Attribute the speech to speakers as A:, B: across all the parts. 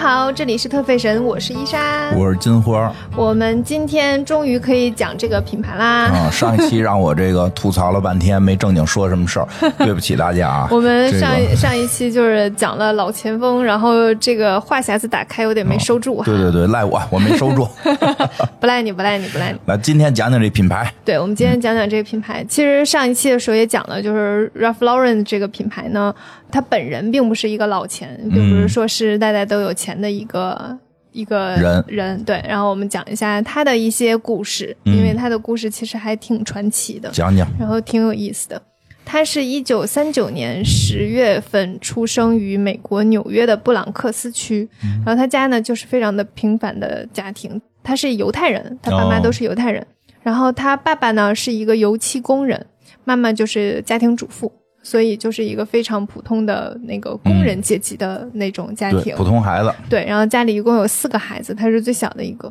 A: 好，这里是特费神，我是伊莎，
B: 我是金花
A: 我们今天终于可以讲这个品牌啦。
B: 啊。上一期让我这个吐槽了半天，没正经说什么 事儿，对不起大家啊。
A: 我们
B: 这个
A: 上一、 上一期就是讲了老前锋，然后这个话匣子打开有点没收住哈，
B: 啊对对对，赖我，我没收 住。
A: 不赖你不赖你不赖你。
B: 来，今天讲讲这品牌，
A: 对，我们今天讲讲这个品牌。其实上一期的时候也讲了，就是 Ralph Lauren 这个品牌呢，它本人并不是一个老钱，并不是说世世代代都有钱的一个、一个
B: 人
A: 人。对，然后我们讲一下他的一些故事，
B: 嗯
A: 因为他的故事其实还挺传奇的，
B: 讲讲
A: 然后挺有意思的。他是一九三九年十月份出生于美国纽约的布朗克斯区，
B: 嗯
A: 然后他家呢就是非常的平凡的家庭，他是犹太人，他爸妈
B: 哦
A: 都是犹太人，然后他爸爸呢是一个油漆工人，妈妈就是家庭主妇，所以就是一个非常普通的那个工人阶级的那种家
B: 嗯对
A: 庭。
B: 普通孩子，
A: 对，然后家里一共有四个孩子，他是最小的一个，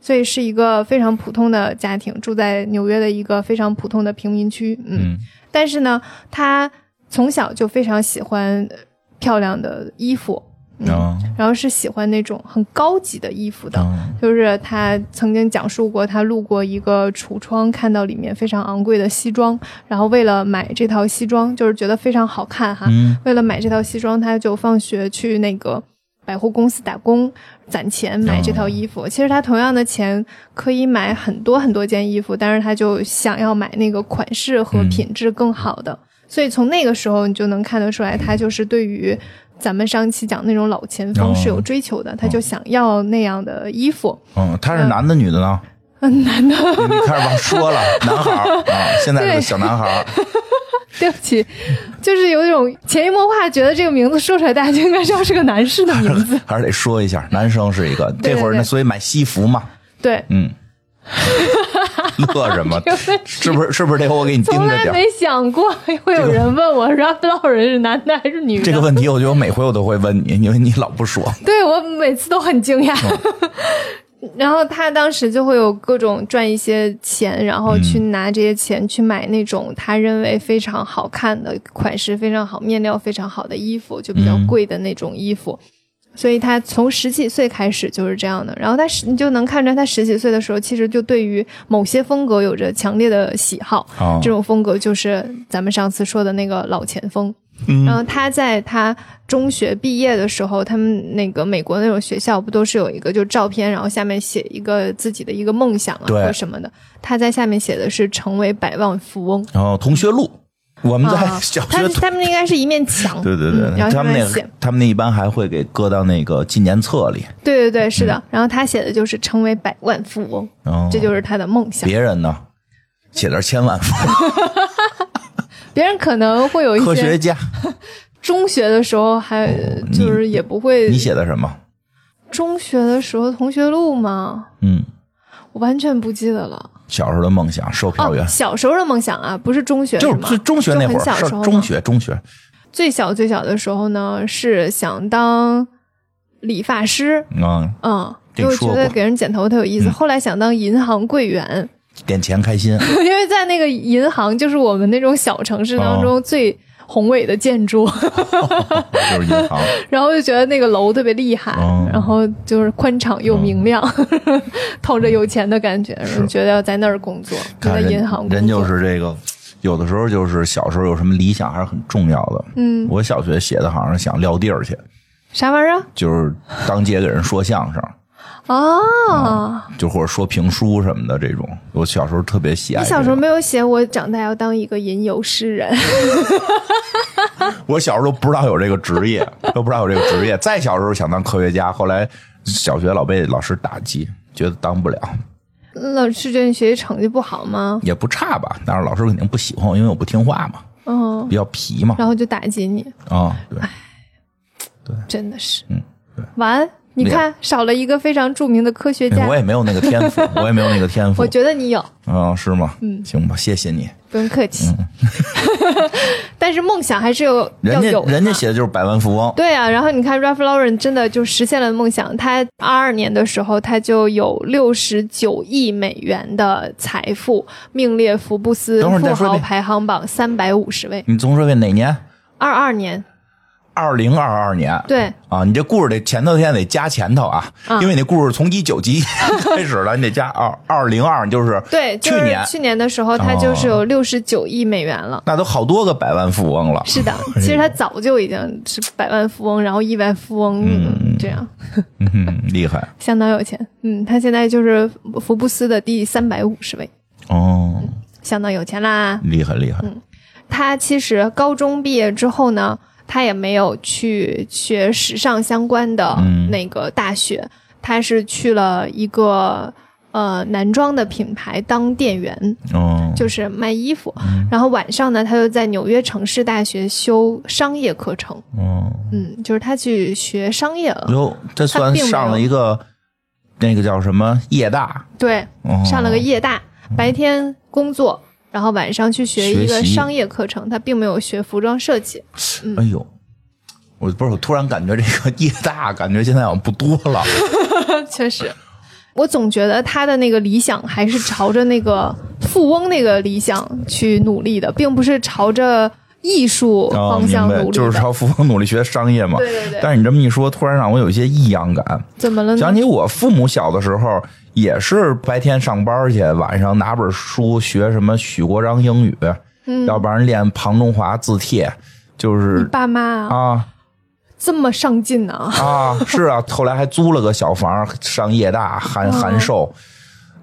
A: 所以是一个非常普通的家庭，住在纽约的一个非常普通的贫民区。嗯，
B: 嗯
A: 但是呢，他从小就非常喜欢呃漂亮的衣服，嗯，
B: 啊
A: 然后是喜欢那种很高级的衣服的。
B: 嗯
A: 就是他曾经讲述过，他路过一个橱窗，看到里面非常昂贵的西装，然后为了买这套西装，就是觉得非常好看哈，
B: 嗯
A: 为了买这套西装，他就放学去那个百货公司打工，攒钱买这套衣服。其实他同样的钱可以买很多很多件衣服，但是他就想要买那个款式和品质更好的。所以从那个时候，你就能看得出来，他就是对于咱们上期讲那种老前锋
B: 哦
A: 是有追求的，他就想要那样的衣服。
B: 嗯，他是男的女的呢？
A: 嗯呃
B: 男的，你开始忘说 了，男孩儿啊，现在是
A: 对
B: 个小男孩儿，
A: 对不起，就是有一种潜移默化，觉得这个名字说出来，大家就应该知道是个男士的名 字。
B: 还是得说一 下，男生是一个。
A: 对
B: 这会儿呢，
A: 对
B: 所以买西服嘛，
A: 对，
B: 嗯，乐什么？是不是？是不是得我给你盯
A: 从
B: 着
A: 来
B: 点儿？
A: 没想过 会有人问我 rap 老人是男的还是女的。
B: 这个问题，我觉得我每回我都会问你，因为你老不说。
A: 对我每次都很惊讶。 然后他当时就会有各种赚一些钱，然后去拿这些钱去买那种他认为非常好看的款式、非常好、面料非常好的衣服，就比较贵的那种衣服。所以他从十几岁开始就是这样的。然后他十，你就能看出来他十几岁的时候，其实就对于某些风格有着强烈的喜好。
B: 哦
A: 这种风格就是咱们上次说的那个老前锋。然后他在他中学毕业的时候，他们那个美国那种学校不都是有一个就照片，然后下面写一个自己的一个梦想啊
B: 对
A: 或什么的。他在下面写的是成为百万富翁
B: 然后同学录，我们在
A: 啊，
B: 小
A: 他
B: 学同。
A: 他们应该是一面墙，
B: 对对对
A: 嗯，然后
B: 他
A: 下
B: 们
A: 面
B: 那
A: 写
B: 个，他们那一般还会给搁到那个纪念册里。
A: 对对对，是的。然后他写的就是成为百万富翁，
B: 嗯哦
A: 这就是他的梦想。
B: 别人呢，写的是千万富翁
A: 别人可能会有一
B: 科学
A: 些
B: 家，
A: 中学的时候还就是也不会，
B: 你写的什么？
A: 中学的时候同学录吗？
B: 嗯，
A: 我完全不记得了。
B: 小时候的梦想，售票员
A: 哦，，小时候的梦想啊，不是中学
B: 就是是
A: 吗
B: 最？中学那
A: 就
B: 会
A: 很小
B: 儿，是
A: 时候吗
B: 中学中学
A: 最小最小的时候呢，是想当理发师，
B: 嗯，
A: 嗯，因
B: 听
A: 为
B: 说
A: 觉得
B: 过嗯
A: 给人剪头发特有意思。后来想当银行柜员，
B: 点钱开心。
A: 因为在那个银行就是我们那种小城市当
B: 哦
A: 中最宏伟的建筑，
B: 就是银行，
A: 然后就觉得那个楼特别厉害，
B: 哦嗯
A: 然后就是宽敞又明亮， 透着有钱的感觉，觉得要在那儿工作，就在
B: 看人
A: 银行工作。
B: 人就是这个，有的时候就是小时候有什么理想还是很重要的。嗯，我小学写的好像是想撂地儿去，
A: 啥玩意儿
B: 就是当街给人说相声，
A: 啊？
B: 就或者说评书什么的这种。我小时候特别喜爱
A: 你
B: 这种。
A: 小时候没有写我长大要当一个吟游诗人，
B: 我小时候都不知道有这个 职业，都不知道有这个职业。再小时候想当科学家，后来小学老被老师打击，觉得当不了，
A: 老师觉得你学习成绩不好吗？
B: 也不差吧，但是老师肯定不喜欢我，因为我不听话嘛，
A: 嗯，
B: 比较皮嘛。
A: 然后就打击你，
B: 啊、对，
A: 哎真的是，
B: 嗯，
A: 完，你看少了一个非常著名的科学家
B: 哎我，也没有那个天 赋，我也没有那个天赋
A: 我。觉得你有，
B: 啊、是吗？嗯，行吧，谢谢你。
A: 不用客气。 但是梦想还是有
B: 嗯人
A: 要
B: 家
A: 有的
B: 人家
A: 嘛
B: 写的就是百万富翁，
A: 对啊，然后你看 Ralph Lauren 真的就实现了梦想。他二二年的时候，他就有六十九亿美元的财富，名列福布斯
B: 等会儿你再
A: 富
B: 说一
A: 豪
B: 遍
A: 排行榜三百五十位。
B: 你总说遍哪年？
A: 二二年，
B: 二零二二年，
A: 对
B: 啊，你这故事得前头天得加前头啊，因为你故事从一九集 开始了，你得加二二零二，就是
A: 对，就
B: 去
A: 是
B: 年，
A: 去年的时候，他就是有六十九亿美元了。
B: 那都好多个百万富翁了。
A: 是的，其实他早就已经是百万富翁，然后亿万富翁，嗯，这样
B: 嗯，厉害
A: 相当有钱。嗯，他现在就是福布斯的第三百五十位，
B: 哦，
A: 相当有钱啦。
B: 厉害厉害，
A: 嗯他其实高中毕业之后呢，他也没有去学时尚相关的那个大学，他是去了一个呃男装的品牌当店员，
B: 哦，
A: 就是卖衣服。
B: 嗯
A: 然后晚上呢，他又在纽约城市大学修商业课程，
B: 哦，
A: 嗯，就是他去学商业了，
B: 哟，这算上了一个那个叫什么夜大，
A: 对，
B: 哦嗯
A: 上了个夜大，白天工作。然后晚上去学一个
B: 学习
A: 商业课程，他并没有学服装设计，
B: 哎呦。我不是，我突然感觉这个夜大，感觉现在好像不多 了。
A: 确实，我总觉得他的那个理想还是朝着那个富翁那个理想去努力的，并不是朝着艺术
B: 哦，
A: 方
B: 明
A: 向
B: 白，
A: 努力的。
B: 就是朝富翁努力学商业嘛。
A: 对对对
B: 但是你这么一说，突然让我有一些异样感。
A: 怎么了呢
B: 想？起我父母小的时候，也是白天上班去，晚上拿本书学什么许国璋英语，要不然练庞中华字帖，就
A: 嗯你
B: 是
A: 爸妈啊，
B: 啊
A: 这么上进呢、啊？
B: 啊，是啊。后来还租了个小房上夜大
A: 哦
B: 函函授，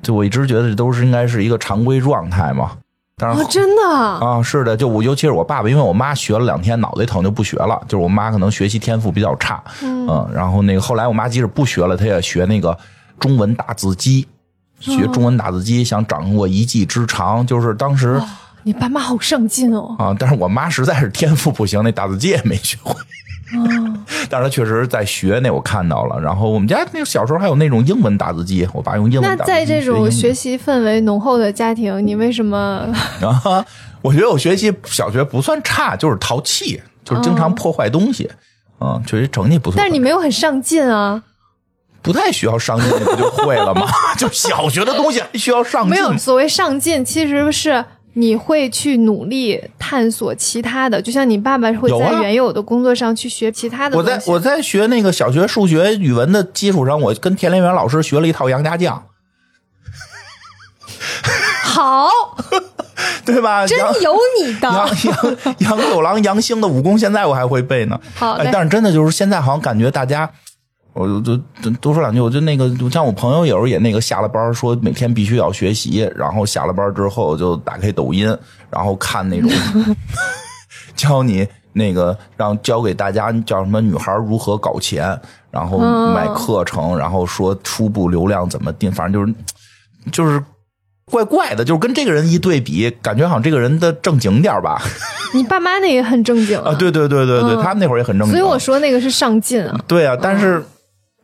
B: 就我一直觉得这都是应该是一个常规状态嘛。但是
A: 哦，真的啊，
B: 啊，是的，就我尤其是我爸爸，因为我妈学了两天，脑袋疼就不学了。就是我妈可能学习天赋比较差，嗯，然后那个后来我妈即使不学了，她也学那个中文打字机，学中
A: 哦
B: 文打字机，想掌握一技之长。就是当时
A: 你爸妈好上进哦。
B: 啊，但是我妈实在是天赋不行，那打字机也没学会。
A: 哦
B: 但是她确实在学，那我看到了。然后我们家那个小时候还有那种英文打字机，啊我爸用英
A: 那
B: 文打字机
A: 在这
B: 英
A: 种
B: 文
A: 学习氛围浓厚的家庭，你为什么？
B: 啊，我觉得我学习小学不算差，就是淘气，就是经常破坏东西。嗯，确实成绩不错，
A: 哦但是你没有很上进啊，
B: 不太需要上进，不就会 了吗？就小学的东西还需要上进？
A: 没有所谓上进，其实是你会去努力探索其他的，就像你爸爸会
B: 有啊
A: 在原有的工作上去学其他的
B: 我
A: 东西。
B: 在我在学那个小学数学、语文的基础上，我跟田连元老师学了一套杨家将，
A: 好，
B: 对吧？
A: 真
B: 杨
A: 有你
B: 杨
A: 的。
B: 杨杨九郎、杨兴的武功，现在我还会背呢。
A: 好
B: 哎
A: 嘞，
B: 但是真的就是现在好像感觉大家，我就就就多说两句，我就那个，就像我朋友有时候也那个下了班说每天必须要学习，然后下了班之后就打开抖音，然后 看那种教你那个让教给大家叫什么女孩如何搞钱，然后
A: 嗯
B: 买课程，然后说初步流量怎么定，反正就是就是。怪怪的，就是跟这个人一对比，感觉好像这个人的正经点儿吧？
A: 你爸妈那也很正经
B: 啊，，对对对对对，他们那会儿也很正
A: 嗯
B: 经。
A: 所以我说那个是上进啊，
B: 对啊，但是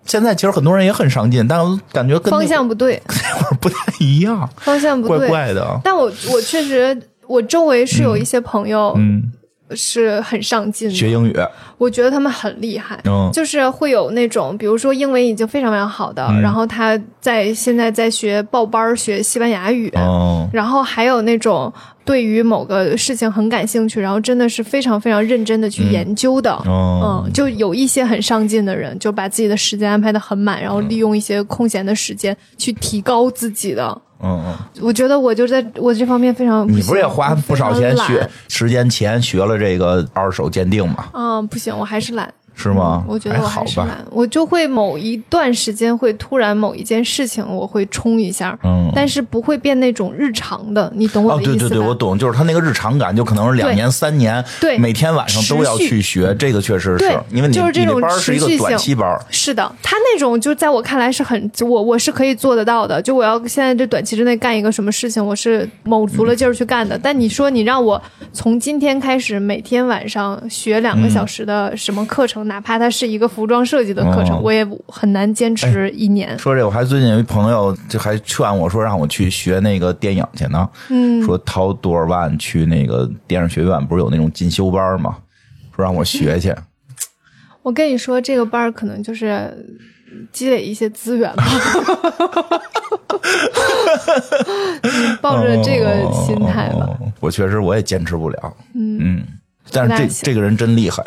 B: 现在其实很多人也很上进，但我感觉跟那
A: 方向不对，
B: 那会儿不太一样，
A: 方向不
B: 怪
A: 对。
B: 怪的。啊
A: 但我我确实，我周围是有一些朋友
B: 嗯，
A: 是很上进的，
B: 学英语，
A: 我觉得他们很厉害，
B: 嗯
A: 就是会有那种，比如说英文已经非常非常好
B: 嗯
A: 的，然后他在现在在学报班儿学西班牙语，
B: 哦，
A: 然后还有那种对于某个事情很感兴趣，然后真的是非常非常认真的去研究的。
B: 哦
A: 嗯，就有一些很上进的人，就把自己的时间安排的很满，然后
B: 嗯
A: 利用一些空闲的时间去提高自己的。
B: 嗯嗯，
A: 我觉得我就在我这方面非常行
B: 你不是也花不少钱？
A: 我非常
B: 学
A: 懒
B: 时间钱学了这个二手鉴定吗？
A: 嗯，不行，我还是懒。
B: 是吗？
A: 嗯我觉得
B: 啊还
A: 我
B: 好
A: 还是
B: 吧。
A: 懒，我就会某一段时间会突然某一件事情我会冲一下，
B: 嗯
A: 但是不会变那种日常的，你懂我
B: 哦，
A: 的
B: 对
A: 意
B: 对
A: 思吧？
B: 对，我懂，就是他那个日常感，就可能是两
A: 对
B: 年、三年，
A: 对
B: 每天晚上都要
A: 持续
B: 去学，这个确实
A: 对
B: 是，因为你
A: 就是这
B: 你的
A: 种
B: 班儿是一
A: 持续
B: 个短
A: 性
B: 期班儿，
A: 是的，他那种就在我看来是很我我是可以做得到的，就我要现在这短期之内干一个什么事情，我是卯足了劲儿去干的。但你说你让我从今天开始每天晚上学两个小时的什么课程，哪怕它是一个服装设计的课程，
B: 哦
A: 我也很难坚持一年。
B: 说这，我还最近有一朋友就还劝我说让我去学那个电影去呢，嗯，说掏多少万去那个电影学院，不是有那种进修班吗？说让我学去，
A: 我跟你说，这个班儿可能就是积累一些资源吧。 你 抱着这个心
B: 哦
A: 态吧。
B: 哦我确实我也坚持不了，嗯但是
A: 那
B: 这
A: 行
B: 这个人真厉害，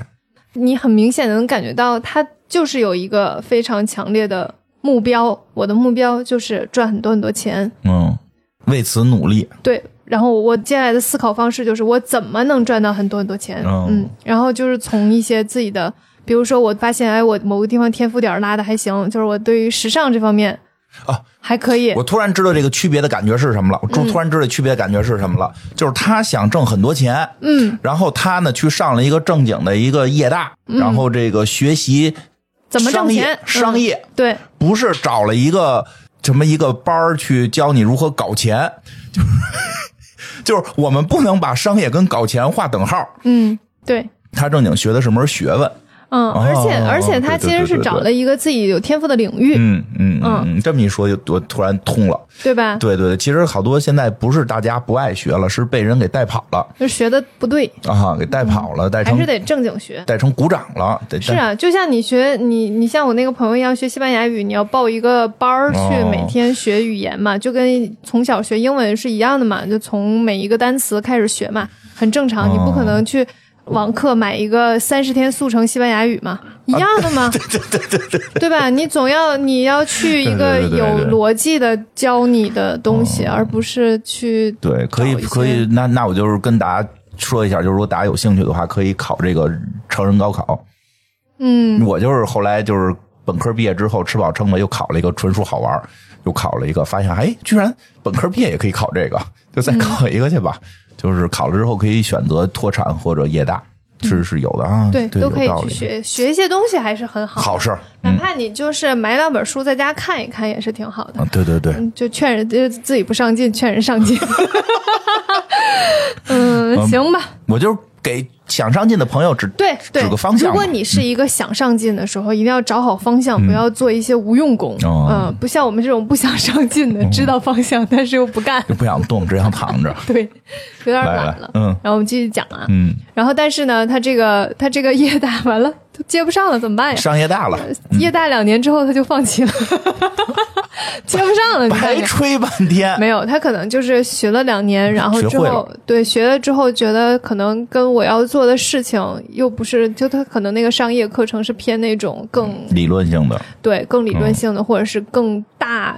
A: 你很明显的能感觉到，他就是有一个非常强烈的目标。我的目标就是赚很多很多钱，
B: 嗯，为此努力，
A: 对。然后我接下来的思考方式就是，我怎么能赚到很多很多钱？
B: 哦
A: 嗯，然后就是从一些自己的，比如说我发现，哎，我某个地方天赋点儿拉的还行，就是我对于时尚这方面
B: 啊
A: 还可以，
B: 我突然知道这个区别的感觉是什么了，我突
A: 嗯
B: 突然知道区别的感觉是什么了，就是他想挣很多钱，
A: 嗯，
B: 然后他呢去上了一个正经的一个夜大，然后这个学习
A: 怎么挣
B: 商业
A: 钱？
B: 商业
A: 嗯对，
B: 不是找了一个什么一个班儿去教你如何搞钱， 就是就是我们不能把商业跟搞钱划等号。
A: 嗯，对。
B: 他正经学的是门学问，
A: 嗯，而且、
B: 哦
A: 而且他
B: 对对
A: 其实
B: 对
A: 是
B: 对
A: 找
B: 对
A: 了一个自己有天赋的领域，
B: 嗯嗯
A: 嗯
B: 嗯，这么一说就我突然通了。
A: 对吧？
B: 对对对，其实好多现在不是大家不爱学了，是被人给带跑了
A: 就学的不对，
B: 啊，给带跑了，带
A: 还
B: 成
A: 是得正经学。
B: 带成鼓掌了，得
A: 是啊，就像你学你你像我那个朋友一样学西班牙语，你要报一个班儿去
B: 哦
A: 每天学语言嘛，就跟从小学英文是一样的嘛，就从每一个单词开始学嘛，很正常。你不
B: 哦
A: 可能去网课买一个三十天速成西班牙语嘛，一
B: 啊
A: 样的 嘛，对对对对对，吧？你总要你要去一个
B: 对对对对
A: 有
B: 对哦对
A: 逻辑的教你的东西，而不是去
B: 对，可以
A: 找一些
B: 可以，那那我就是跟大家说一下，就是如果大家有兴趣的话，可以考这个成人高考。嗯，我就是后来就是本科毕业之后吃饱撑的，又考了一个纯属好玩儿，又考了一个，发现哎，居然本科毕业也可以考这个，就
A: 嗯
B: 再考一个去吧。就是考了之后可以选择脱产或者夜大，是是有的啊，
A: 嗯对
B: 对，
A: 都
B: 有
A: 可以
B: 道
A: 去
B: 理，
A: 学学一些东西，还是很好。
B: 好事儿，
A: 哪
B: 嗯，
A: 怕你就是买两本书在家看一看，也是挺好的。
B: 啊对对对，
A: 嗯，就劝人，就自己不上进，劝人上进。
B: 呃
A: 嗯，行吧，
B: 我就是给想上进的朋友指
A: 对对
B: 指个方。向吧嗯
A: 如果你是一个想上进的时候，一定要找好方向，不要做一些无用功。
B: 哦
A: 嗯，不像我们这种不想上进的，知道方向但是又不干，
B: 就不想动，只想躺着，
A: 对，有点
B: 来
A: 懒
B: 来
A: 了，。
B: 嗯
A: 然后我们继续讲啊，
B: 嗯，
A: 然后但是呢，他这个他这个业大完了都接不上了，怎么办呀？
B: 上 夜大了。
A: 业大两年之后他就放弃了， 接不上了，你看
B: 白
A: 看。
B: 吹半 天。
A: 没有，他可能就是学了两年，然后
B: 学
A: 之
B: 会
A: 后对学了之后觉得可能跟我要做的事情又不是，就他可能那个商业课程是偏那种更
B: 理论性的，
A: 对更理论性的，或者是更大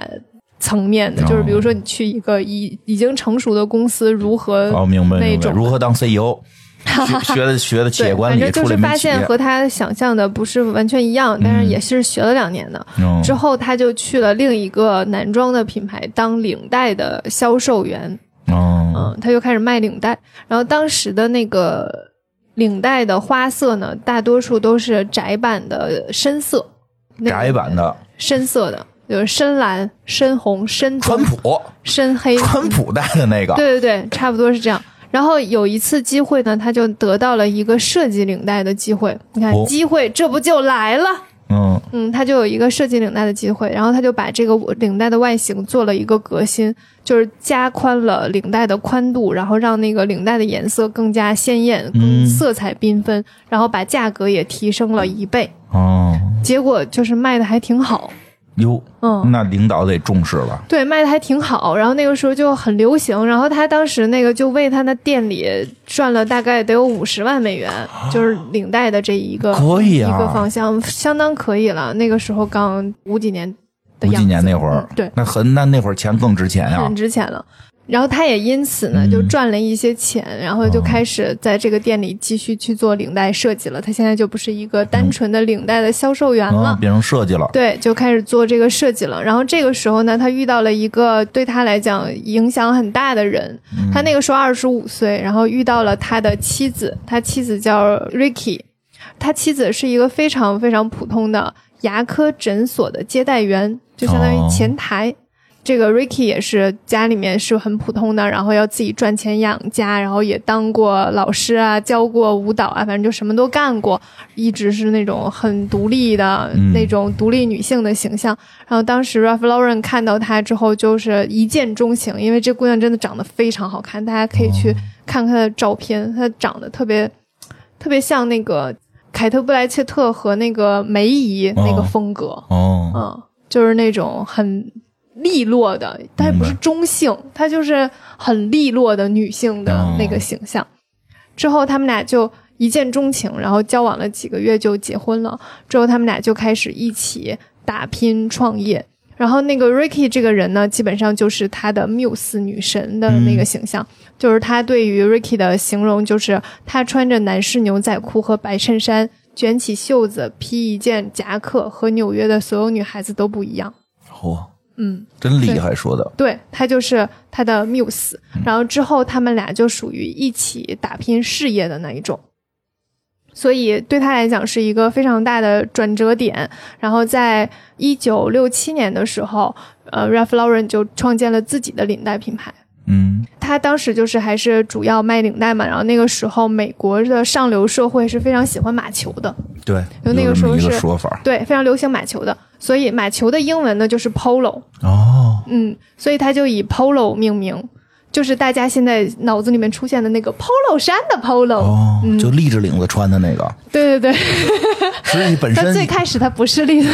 A: 层面
B: 嗯
A: 的，就是比如说你去一个已已经成熟的公司如何
B: 哦，明白
A: 呃那
B: 明白，
A: 种
B: 如何当 CEO，学学的学的企业
A: 对，
B: 管
A: 反
B: 理
A: 正就
B: 出
A: 是
B: 来
A: 发
B: 没企
A: 现
B: 业，
A: 和他想象的不是完全一样，但是也是学了两年的。
B: 嗯
A: 之后他就去了另一个男装的品牌当领带的销售员，
B: 哦
A: 嗯，他就开始卖领带。然后当时的那个领带的花色呢，大多数都是窄版的深色，那嗯
B: 窄版的
A: 深色的，就是深蓝、深红、深
B: 川
A: 棕、
B: 普，
A: 深黑。
B: 川普戴的那个，
A: 哎对对对，差不多是这样。然后有一次机会呢，他就得到了一个设计领带的机会。你看，
B: 哦
A: 机会这不就来了？
B: 嗯
A: 嗯，他就有一个设计领带的机会，然后他就把这个领带的外形做了一个革新，就是加宽了领带的宽度，然后让那个领带的颜色更加鲜艳，更色彩缤纷，然后把价格也提升了一倍，
B: 哦，
A: 结果就是卖的还挺好。
B: 哟，
A: 嗯，
B: 那领导得重视了，
A: 对，卖的还挺好，然后那个时候就很流行，然后他当时那个就为他的店里赚了大概得有五十万美元，就是领带的这一个
B: 可以
A: 嗯一个
B: 啊，
A: 方向，相当可以了。那个时候刚五几年的
B: 五
A: 样子，
B: 几年那会儿
A: 嗯，对，
B: 那很那那会儿钱更值钱啊呀
A: 很，值钱了。然后他也因此呢
B: 嗯
A: 就赚了一些钱，然后就开始在这个店里继续去做领带设计了。他现在就不是一个单纯的领带的销售员了。
B: 嗯，变成设计了，
A: 对，就开始做这个设计了。然后这个时候呢，他遇到了一个对他来讲影响很大的人。他那个时候二十五岁，然后遇到了他的妻子，他妻子叫 Ricky，他妻子是一个非常非常普通的牙科诊所的接待员，就相当于前台。这个 Ricky 也是家里面是很普通的，然后要自己赚钱养家，然后也当过老师啊，教过舞蹈啊，反正就什么都干过，一直是那种很独立的、
B: 嗯
A: 那种独立女性的形象。然后当时 Ralph Lauren 看到她之后就是一见钟情，因为这姑娘真的长得非常好看，大家可以
B: 哦
A: 去看看她的照片，她长得特别特别像那个凯特布莱切特和那个梅姨那个
B: 哦
A: 风格。
B: 哦，
A: 嗯，就是那种很利落的，她也不是
B: 明白
A: 中性，她
B: 哦
A: 就是很利落的女性的那个形象。之后他们俩就一见钟情，然后交往了几个月就结婚了。之后他们俩就开始一起打拼创业。然后那个 Ricky 这个人呢，基本上就是他的缪斯女神的那个形象，就是他对于 Ricky 的形容就是他穿着男士牛仔裤和白衬衫，卷起袖子，披一件夹克，和纽约的所有女孩子都不一样。
B: 嚯、
A: 嗯，
B: 真厉害，说的
A: 对他就是他的缪斯。然后之后他们俩就属于一起打拼事业的那一种，所以对他来讲是一个非常大的转折点。然后在一九六七年的时候，呃，Ralph Lauren 就创建了自己的领带品牌。
B: 嗯
A: 他当时就是还是主要卖领带嘛，然后那个时候美国的上流社会是非常喜欢马球的，
B: 对，
A: 就那个
B: 有
A: 时
B: 这
A: 候
B: 么一个
A: 是
B: 说法
A: 对，非常流行马球的，所以马球的英文呢就是 polo，
B: 哦，
A: 嗯，所以他就以 polo 命名，就是大家现在脑子里面出现的那个 polo 衫的 polo。
B: 哦，
A: 嗯
B: 就立着领子穿的 那个，
A: 对对对，
B: 所以本
A: 但
B: 身
A: 最开始它不是立的，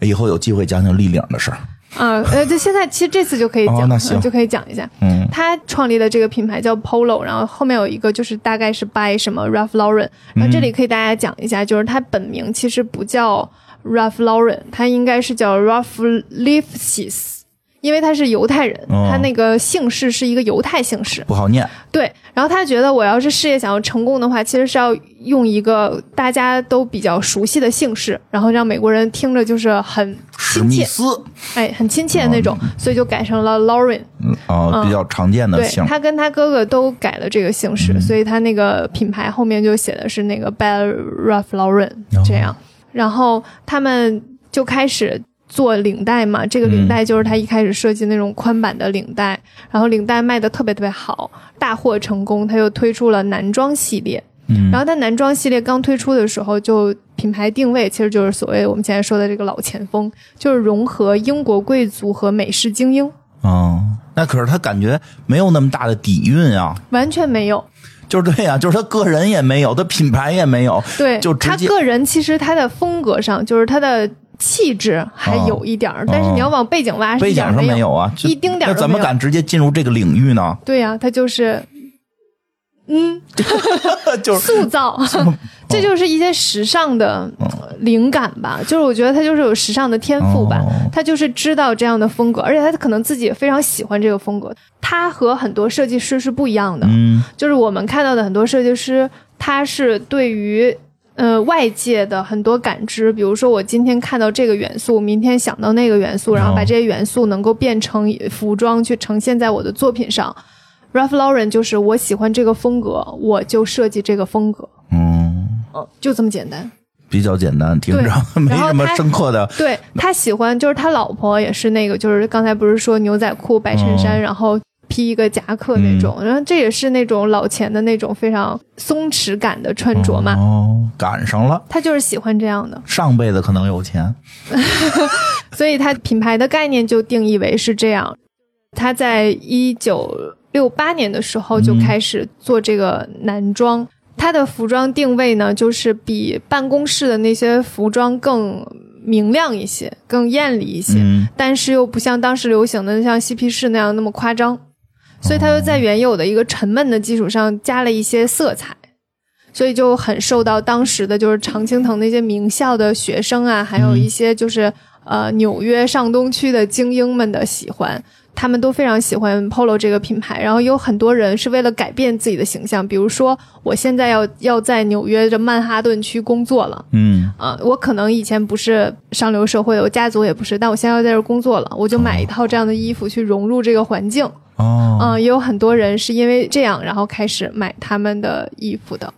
B: 以后有机会讲讲立领的事儿。
A: 嗯呃，就现在其实这次就可以
B: 哦
A: 讲，
B: 那行
A: 嗯就可以讲一下。
B: 嗯
A: 他创立的这个品牌叫 Polo，然后后面有一个就是大概是 by 什么 Ralph Lauren，然后这
B: 嗯
A: 里可以大家讲一下，就是他本名其实不叫 Ralph Lauren，他应该是叫 Ralph Lifshitz，因为他是犹太人，
B: 哦
A: 他那个姓氏是一个犹太姓氏。
B: 不好念，
A: 对，然后他觉得我要是事业想要成功的话，其实是要用一个大家都比较熟悉的姓氏，然后让美国人听着就是很
B: 史
A: 亲
B: 密
A: 切，
B: 斯，哦
A: 哎，很亲切的那种，所以就改成了 Lauren。
B: 嗯啊，比较常见的
A: 对
B: 姓，嗯
A: 他跟他哥哥都改了这个姓氏，所以他那个品牌后面就写的是那个 Bell Ralph Lauren
B: 哦
A: 这样。然后他们就开始做领带嘛，这个
B: 嗯
A: 领带就是他一开始设计那种宽版的领带，然后领带卖的特别特别好，大获成功，他又推出了男装系列。
B: 嗯
A: 然后他男装系列刚推出的时候，就品牌定位其实就是所谓我们现在说的这个老前锋，就是融合英国贵族和美式精英，
B: 嗯，那可是他感觉没有那么大的底蕴啊，
A: 完全没有。
B: 就是对呀、就是他个人也没有，他品牌也没有，
A: 对，
B: 就直
A: 他
B: 接
A: 个人其实他的风格上，就是他的气质还有一点儿，但是你要往背景挖，是
B: 啊背
A: 一
B: 景
A: 点儿
B: 上没
A: 有。
B: 有啊，就
A: 一丁点儿
B: 那
A: 都
B: 怎么
A: 没有
B: 敢直接进入这个领 域呢？
A: 对呀、他就是，嗯，
B: 就是嗯
A: 塑造， 这就是一些时尚的呃灵感吧。就是我觉得他就是有时尚的天赋吧
B: 哦，
A: 他就是知道这样的风格，而且他可能自己也非常喜欢这个风格。他和很多设计师是不一样的，
B: 嗯
A: 就是我们看到的很多设计师，他是对于呃外界的很多感知，比如说我今天看到这个元素，明天想到那个元素，然后把这些元素能够变成服装去呈现在我的作品上。Ralph Lauren 就是我喜欢这个风格，我就设计这个风格，
B: 嗯，
A: 嗯，就这么简单。
B: 比较简单，听着
A: 对
B: 没
A: 然后
B: 什么
A: 他
B: 深 刻的，
A: 对他喜欢，就是他老婆也是那个，就是刚才不是说牛仔裤、白衬衫，
B: 哦
A: 然后披一个夹克那种，然后这也是那种老钱的那种非常松弛感的穿着嘛。
B: 哦，赶上了，
A: 他就是喜欢这样的，
B: 上辈子可能有钱，
A: 所以他品牌的概念就定义为是这样。他在一九六八年的时候就开始做这个男装，他的服装定位呢，就是比办公室的那些服装更明亮一些，更艳丽一些。
B: 嗯
A: 但是又不像当时流行的像嬉皮士那样那么夸张，所以它又在原有的一个沉闷的基础上加了一些色彩，所以就很受到当时的就是常青藤那些名校的学生啊，还有一些就是、呃纽约上东区的精英们的喜欢。他们都非常喜欢 Polo 这个品牌，然后有很多人是为了改变自己的形象，比如说我现在要要在纽约的曼哈顿区工作了，
B: 嗯，
A: 啊，我可能以前不是上流社会的，我家族也不是，但我现在要在这儿工作了，我就买一套这样的衣服去融入这个环境。
B: 哦，
A: 嗯，也有很多人是因为这样，然后开始买他们的衣服的。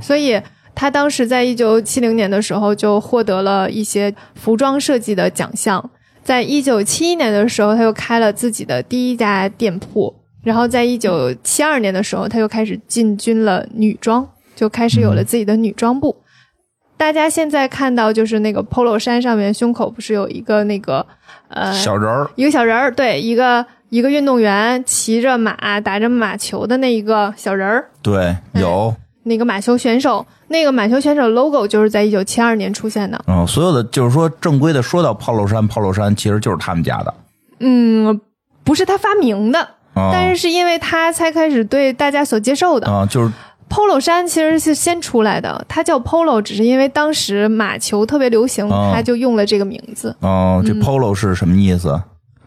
A: 所以他当时在一九七零年的时候就获得了一些服装设计的奖项。在一九七一年的时候，他又开了自己的第一家店铺。然后在一九七二年的时候，他又开始进军了女装，就开始有了自己的女装部。大家现在看到就是那个 polo 衫上面胸口不是有一个那个呃
B: 小人儿，
A: 一个小人儿，对，一个一个运动员骑着马打着马球的那一个小人儿，
B: 对，有，
A: 那个马球选手，那个马球选手 logo 就是在一九七二年出现的。
B: 嗯，所有的就是说正规的说到 polo 衫，polo 衫其实就是他们家的，
A: 嗯，不是他发明的，
B: 啊
A: 但是是因为他才开始对大家所接受的。
B: 啊，就是
A: polo 衫其实是先出来的，它叫 polo，只是因为当时马球特别流行，
B: 哦
A: 它就用了这个名字。
B: 哦，
A: 嗯
B: 这 polo 是什么意思？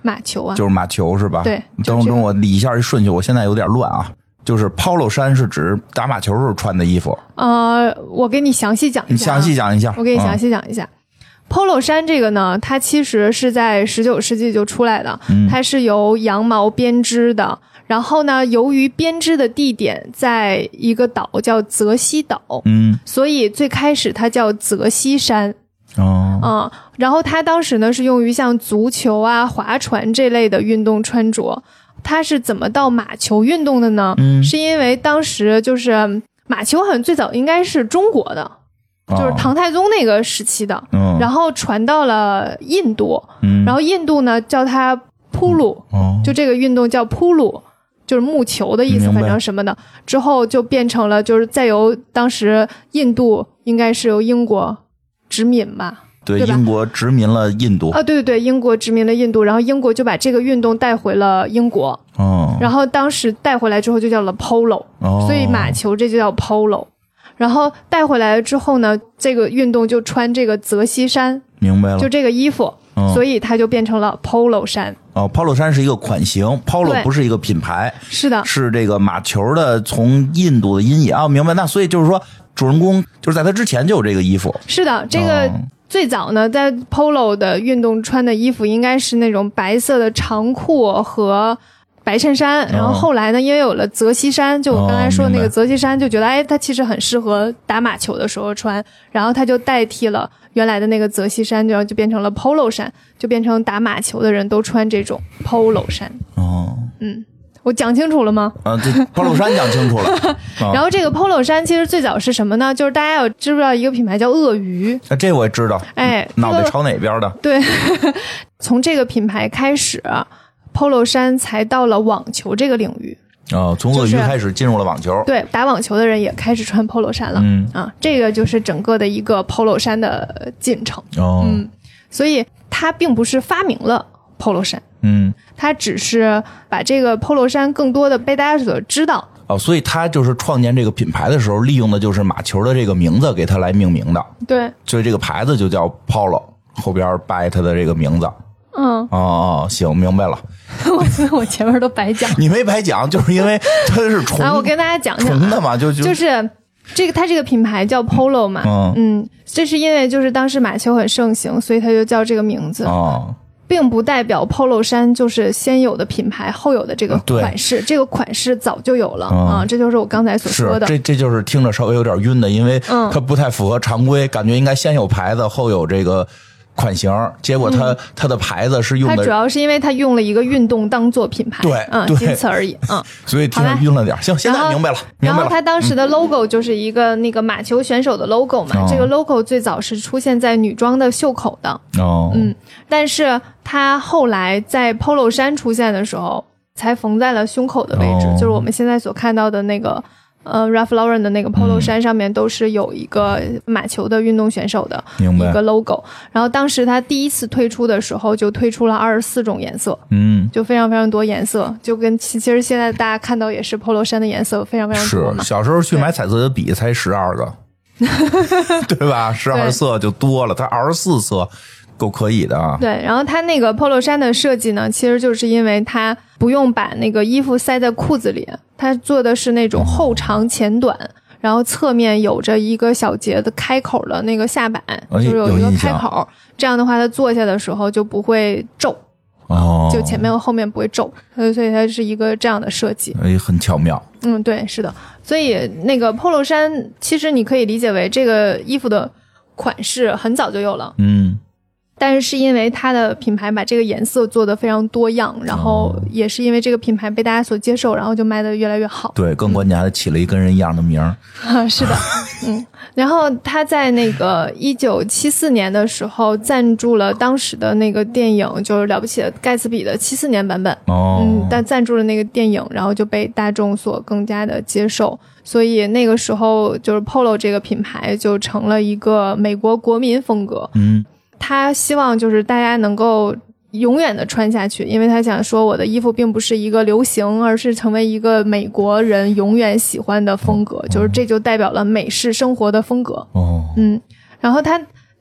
A: 马球啊，
B: 就是马球是吧？
A: 对
B: 等
A: 就
B: 会
A: 是
B: 等我理一下这顺序，我现在有点乱啊。就是 polo 衫是指打马球时候穿的衣服，
A: 呃，我给你详细讲一
B: 你
A: 下、啊，
B: 详细讲一下。
A: 我给你详
B: 嗯
A: 细讲一下。polo 衫这个呢，它其实是在十九世纪就出来的，
B: 嗯
A: 它是由羊毛编织的。然后呢，由于编织的地点在一个岛叫泽西岛，
B: 嗯
A: 所以最开始它叫泽西衫。
B: 哦
A: 嗯，然后它当时呢是用于像足球啊、划船这类的运动穿着。它是怎么到马球运动的呢？
B: 嗯
A: 是因为当时就是马球好像最早应该是中国的，就是
B: 哦
A: 唐太宗那个时期的，
B: 嗯，
A: 然后传到了印度，
B: 嗯
A: 然后印度呢叫它扑鲁，
B: 哦
A: 就这个运动叫扑鲁，就是木球的意思，
B: 明白
A: 反正什么的。之后就变成了，就是再由当时印度应该是由英国殖民吧，
B: 对
A: 对吧
B: 英国殖民了印度，
A: 啊，对对对，英国殖民了印度，然后英国就把这个运动带回了英国，
B: 哦
A: 然后当时带回来之后就叫了 polo，
B: 哦，
A: 所以马球这就叫 polo。然后带回来了之后呢，这个运动就穿这个泽西衫，
B: 明白了，
A: 就这个衣服，
B: 嗯
A: 所以它就变成了 polo 衫。
B: 哦，polo 衫是一个款型，polo
A: 对
B: 不是一个品牌，
A: 是的，
B: 是这个马球的从印度的音译啊，明白？那所以就是说，主人公就是在他之前就有这个衣服，
A: 是的，这个
B: 哦
A: 最早呢，在 polo 的运动穿的衣服应该是那种白色的长裤和。白衬衫，然后后来呢，因为有了泽西衫，就我刚才说的那
B: 哦哦明白
A: 个泽西衫，就觉得哎，它其实很适合打马球的时候穿，然后它就代替了原来的那个泽西衫，然后就变成了 polo 衫，就变成打马球的人都穿这种 polo 衫。
B: 哦，
A: 我讲清楚了吗？
B: 啊，这 polo 衫讲清 楚了，啊
A: 然后这个 polo 衫其实最早是什么呢？就是大家有知不知道一个品牌叫鳄鱼？
B: 啊这我也知道，
A: 哎，
B: 脑袋
A: 这个
B: 朝哪边的？
A: 对，从这个品牌开始，polo 啊衫才到了网球这个领域。
B: 哦，从鳄鱼
A: 就是
B: 开始进入了网球，
A: 对，打网球的人也开始穿 polo 衫了。
B: 嗯，
A: 啊，这个就是整个的一个 polo 衫的进程。
B: 哦，
A: 嗯所以它并不是发明了 polo 衫，
B: 嗯，
A: 它只是把这个 polo 衫更多的被大家所知道。
B: 哦，所以他就是创建这个品牌的时候，利用的就是马球的这个名字给他来命名的，
A: 对，
B: 所以这个牌子就叫 polo，后边掰他的这个名字。
A: 嗯，
B: 哦哦，行，明白了。
A: 我我前面都白 讲。
B: 你没白讲，就是因为它 是重
A: 哎来，我跟大家讲讲
B: 重
A: 啊，
B: 的嘛，就就
A: 就是这个它这个品牌叫 Polo 嘛，
B: 嗯
A: 嗯，这是因为就是当时马球很盛行，所以它就叫这个名字，
B: 哦，
A: 并不代表 Polo 衫就是先有的品牌，后有的这个
B: 啊对
A: 款式，这个款式早就有了
B: 嗯
A: 啊，这就是我刚才所
B: 是
A: 说的。
B: 这这就是听着稍微有点晕的，因为
A: 嗯
B: 它不太符合常规，感觉应该先有牌子，后有这个款型，结果它、它的牌子是用
A: 嗯它主
B: 的，
A: 要是因为它用了一个运动当做品牌，
B: 对
A: 嗯，
B: 对
A: 仅此而已，嗯。
B: 所以听着
A: 好吧
B: 晕了点儿。行， 现
A: 然
B: 在
A: 后
B: 明白了，明
A: 然
B: 白
A: 后
B: 了。嗯
A: 它当时的 logo 就是一个那个马球选手的 logo 嘛，
B: 哦
A: 这个 logo 最早是出现在女装的袖口的，
B: 哦，嗯
A: 但是它后来在 polo 衫出现的时候，才缝在了胸口的位置，
B: 哦
A: 就是我们现在所看到的那个。呃，Ralph Lauren 的那个
B: 嗯
A: polo 衫上面都是有一个马球的运动选手的
B: 明白
A: 一个 logo，然后当时它第一次推出的时候就推出了二十四种颜色，
B: 嗯，
A: 就非常非常多颜色，就跟其其实现在大家看到也是 polo 衫的颜色非常非常
B: 是
A: 多嘛，
B: 小时候去买彩色的笔才十 二个，对吧？十二
A: 对
B: 色就多了，它二十四色够可以的啊。
A: 对，然后它那个 polo 衫的设计呢，其实就是因为它不用把那个衣服塞在裤子里，它做的是那种后长前短，然后侧面有着一个小节的开口的那个下摆，
B: 哎
A: 就是有一
B: 有
A: 个
B: 印
A: 开
B: 象
A: 口，这样的话它坐下的时候就不会皱，
B: 哦，
A: 就前面和后面不会皱，呃所以所以它是一个这样的设计。
B: 哎，很巧妙。
A: 嗯，对，是的，所以那个 polo 衫其实你可以理解为这个衣服的款式很早就有了。
B: 嗯，
A: 但是是因为它的品牌把这个颜色做得非常多样，然后也是因为这个品牌被大家所接受，然后就卖得越来越 好。
B: 对，更关键还起了一跟人一样的名儿。
A: 是的，嗯。然后他在那个一九七四年的时候赞助了当时的那个电影，就是《了不起的盖茨比》的七四年版本。
B: 哦，
A: 嗯，但赞助了那个电影，然后就被大众所更加的接受，所以那个时候就是 Polo 这个品牌就成了一个美国国民风格。
B: 嗯，
A: 他希望就是大家能够永远的穿下去，因为他想说我的衣服并不是一个流行，而是成为一个美国人永远喜欢的风格，就是这就代表了美式生活的风格。
C: 哦，
A: 嗯，然后他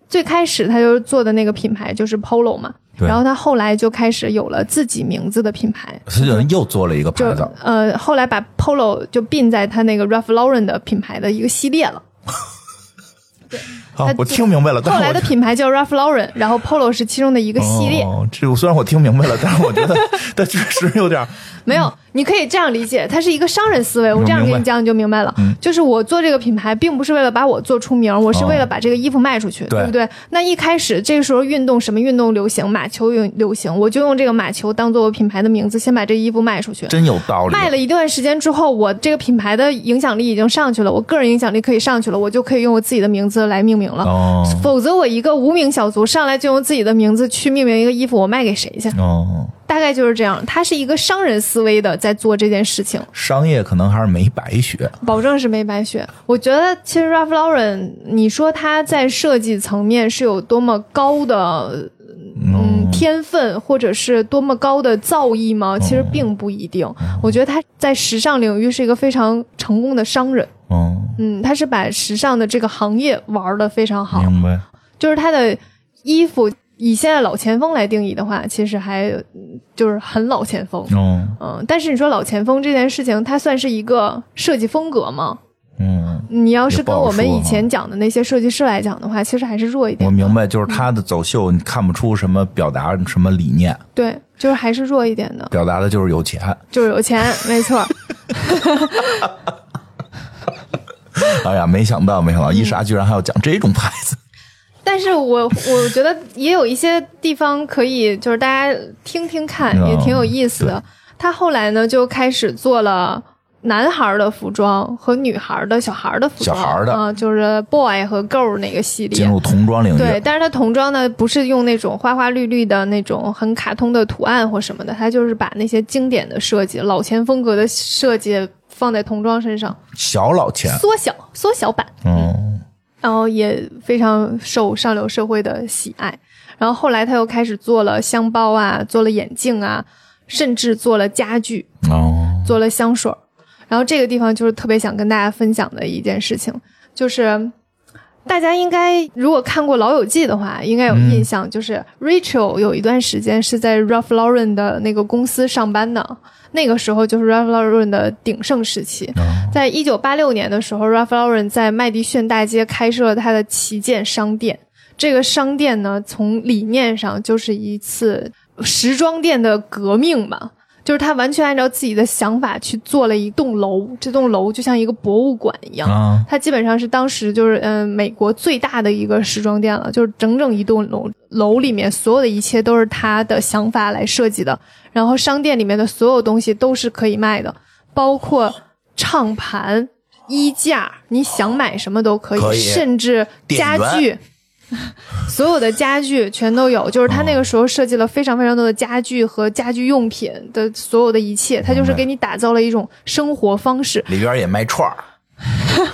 A: 最开始他就做的那个品牌就是 Polo 嘛，
C: 对
A: 然后他后来就开始有了自己名字的品牌，
C: 是有人又做了一个
A: 就
C: 牌子，
A: 呃后来把 Polo 就并在他那个 Ralph Lauren 的品牌的一个系列了。
C: 啊
B: 好
A: 他，
B: 我听明白了，但
A: 后
B: 是
A: 来
B: 我
A: 的品牌叫 Ralph Lauren，然后 Polo 是其中的一个系列。
B: 哦，这我虽然我听明白了，但是我 觉得它确实 有点儿
A: 没有，你可以这样理解，它是一个商人思维。我这样
B: 明白嗯
A: 跟你讲，你就明白了。就是我做这个品牌，并不是为了把我做出名，我
B: 哦
A: 是为了把这个衣服卖出去，
C: 对
A: 对不对？那一开始这个时候运动什么运动流行，马球运流行，我就用这个马球当做我品牌的名字，先把这衣服卖出去。
B: 真有道理。
A: 卖了一段时间之后，我这个品牌的影响力已经上去了，我个人影响力可以上去了，我就可以用我自己的名字来命名了。
C: 哦
A: 否则，我一个无名小卒上来就用自己的名字去命名一个衣服，我卖给谁
B: 嗯
A: 去？
C: 哦，
A: 大概就是这样，他是一个商人思维的在做这件事情，
C: 商业可能还是没白学，
A: 保证是没白学。我觉得其实 Ralph Lauren，你说他在设计层面是有多么高的
C: 哦
A: 嗯天分，或者是多么高的造诣吗？其实并不一定。我觉得他在时尚领域是一个非常成功的商人，
C: 嗯，
A: 嗯，他是把时尚的这个行业玩的非常好，
C: 明白，
A: 就是他的衣服。以现在老前锋来定义的话，其实还嗯就是很老前锋，
C: 嗯
A: 嗯，但是你说老前锋这件事情，它算是一个设计风格吗？
C: 嗯，
A: 你要是
C: 也不
A: 跟
C: 好
A: 我们
C: 说
A: 以
C: 哈
A: 前讲的那些设计师来讲的话，其实还是弱一
C: 我
A: 点。
C: 明白，就是他的走秀，你看不出什么表达什么理念，
A: 对，就是还是弱一点的，
C: 表达的就是有钱。
A: 就是有钱，没错儿。
C: 哎呀，没想到，没想到，伊
A: 嗯
C: 莎居然还要讲这种牌子，
A: 但是我 我觉得也有一些地方可以，就是大家听听看，
C: 嗯
A: 也挺有意思的。他后来呢，就开始做了男孩儿的服装和女孩儿的小孩儿的服
C: 小
A: 装，
C: 孩儿的
A: 啊、就是 boy 和 girl 那个系列，
C: 进入童装领
A: 对，
C: 域，
A: 但是它童装呢，不是用那种花花绿绿的那种很卡通的图案或什么的，它就是把那些经典的设计、老钱风格的设计放在童装身上，
C: 小老钱，
A: 缩小缩小版，
C: 嗯，
A: 然后也非常受上流社会的喜爱。然后后来他又开始做了箱包啊，做了眼镜啊，甚至做了家具，
C: 哦，
A: 做了香水儿。然后这个地方就是特别想跟大家分享的一件事情，就是大家应该如果看过《老友记》的话，应该有印象，就是 Rachel 有一段时间是在 Ralph Lauren 的那个公司上班的，那个时候就是 Ralph Lauren 的鼎盛时期。在一九八六年的时候，Ralph Lauren 在麦迪逊大街开设了他的旗舰商店。这个商店呢，从理念上就是一次时装店的革命吧。就是他完全按照自己的想法去做了一栋楼，这栋楼就像一个博物馆一样。
C: 啊，
A: 它基本上是当时就是嗯、呃美国最大的一个时装店了，就是整整一栋楼楼里面所有的一切都是他的想法来设计的，然后商店里面的所有东西都是可以卖的，包括唱盘、衣架，你想买什么都可以，
C: 可以
A: 甚至家具。所有的家具全都有，就是他那个时候设计了非常非常多的家具和家居用品的所有的一切，他就是给你打造了一种生活方式。
C: 里边也卖串儿，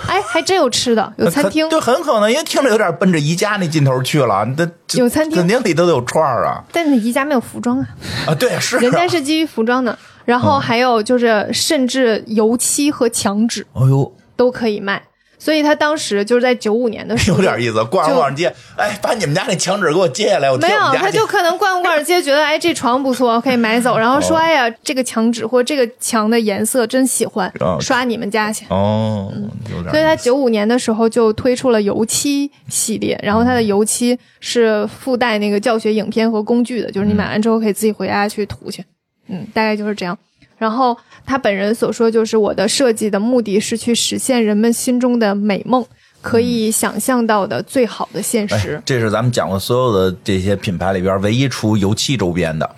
A: 哎，还真有吃的，
C: 呃
A: 有餐
B: 可
A: 厅，
B: 对，很可能，因为听着有点奔着宜家那劲头去了。那这
A: 有餐厅
B: 肯定里头有串儿啊
A: 但是宜家没有服装啊，
B: 啊，对，是啊
A: 人家是基于服装的。然后还有就是，甚至油漆和墙纸
C: 哎呦，
A: 都可以卖。所以他当时就是在九五年的 时
B: 有
A: 候，
B: 点意思。逛着逛着街，哎，把你们家那墙纸给我揭下来，我贴
A: 没有
B: 我们，
A: 他
B: 家去
A: 就可能逛着逛着街，觉得哎这床不错，可以买走，然后说哎呀这个墙纸或这个墙的颜色真喜欢
B: 哦，
A: 刷你们家去。
B: 哦，有
A: 所以
B: 点
A: 他九五年的时候就推出了油漆系列，然后它的油漆是附带那个教学影片和工具的，就是你买完之后可以自己回家去涂去。嗯，大概就是这样。然后他本人所说，就是我的设计的目的是去实现人们心中的美梦，可以想象到的最好的现实。
C: 哎
B: 哎
C: 这是咱们讲过所有的这些品牌里边唯一出油漆周边的，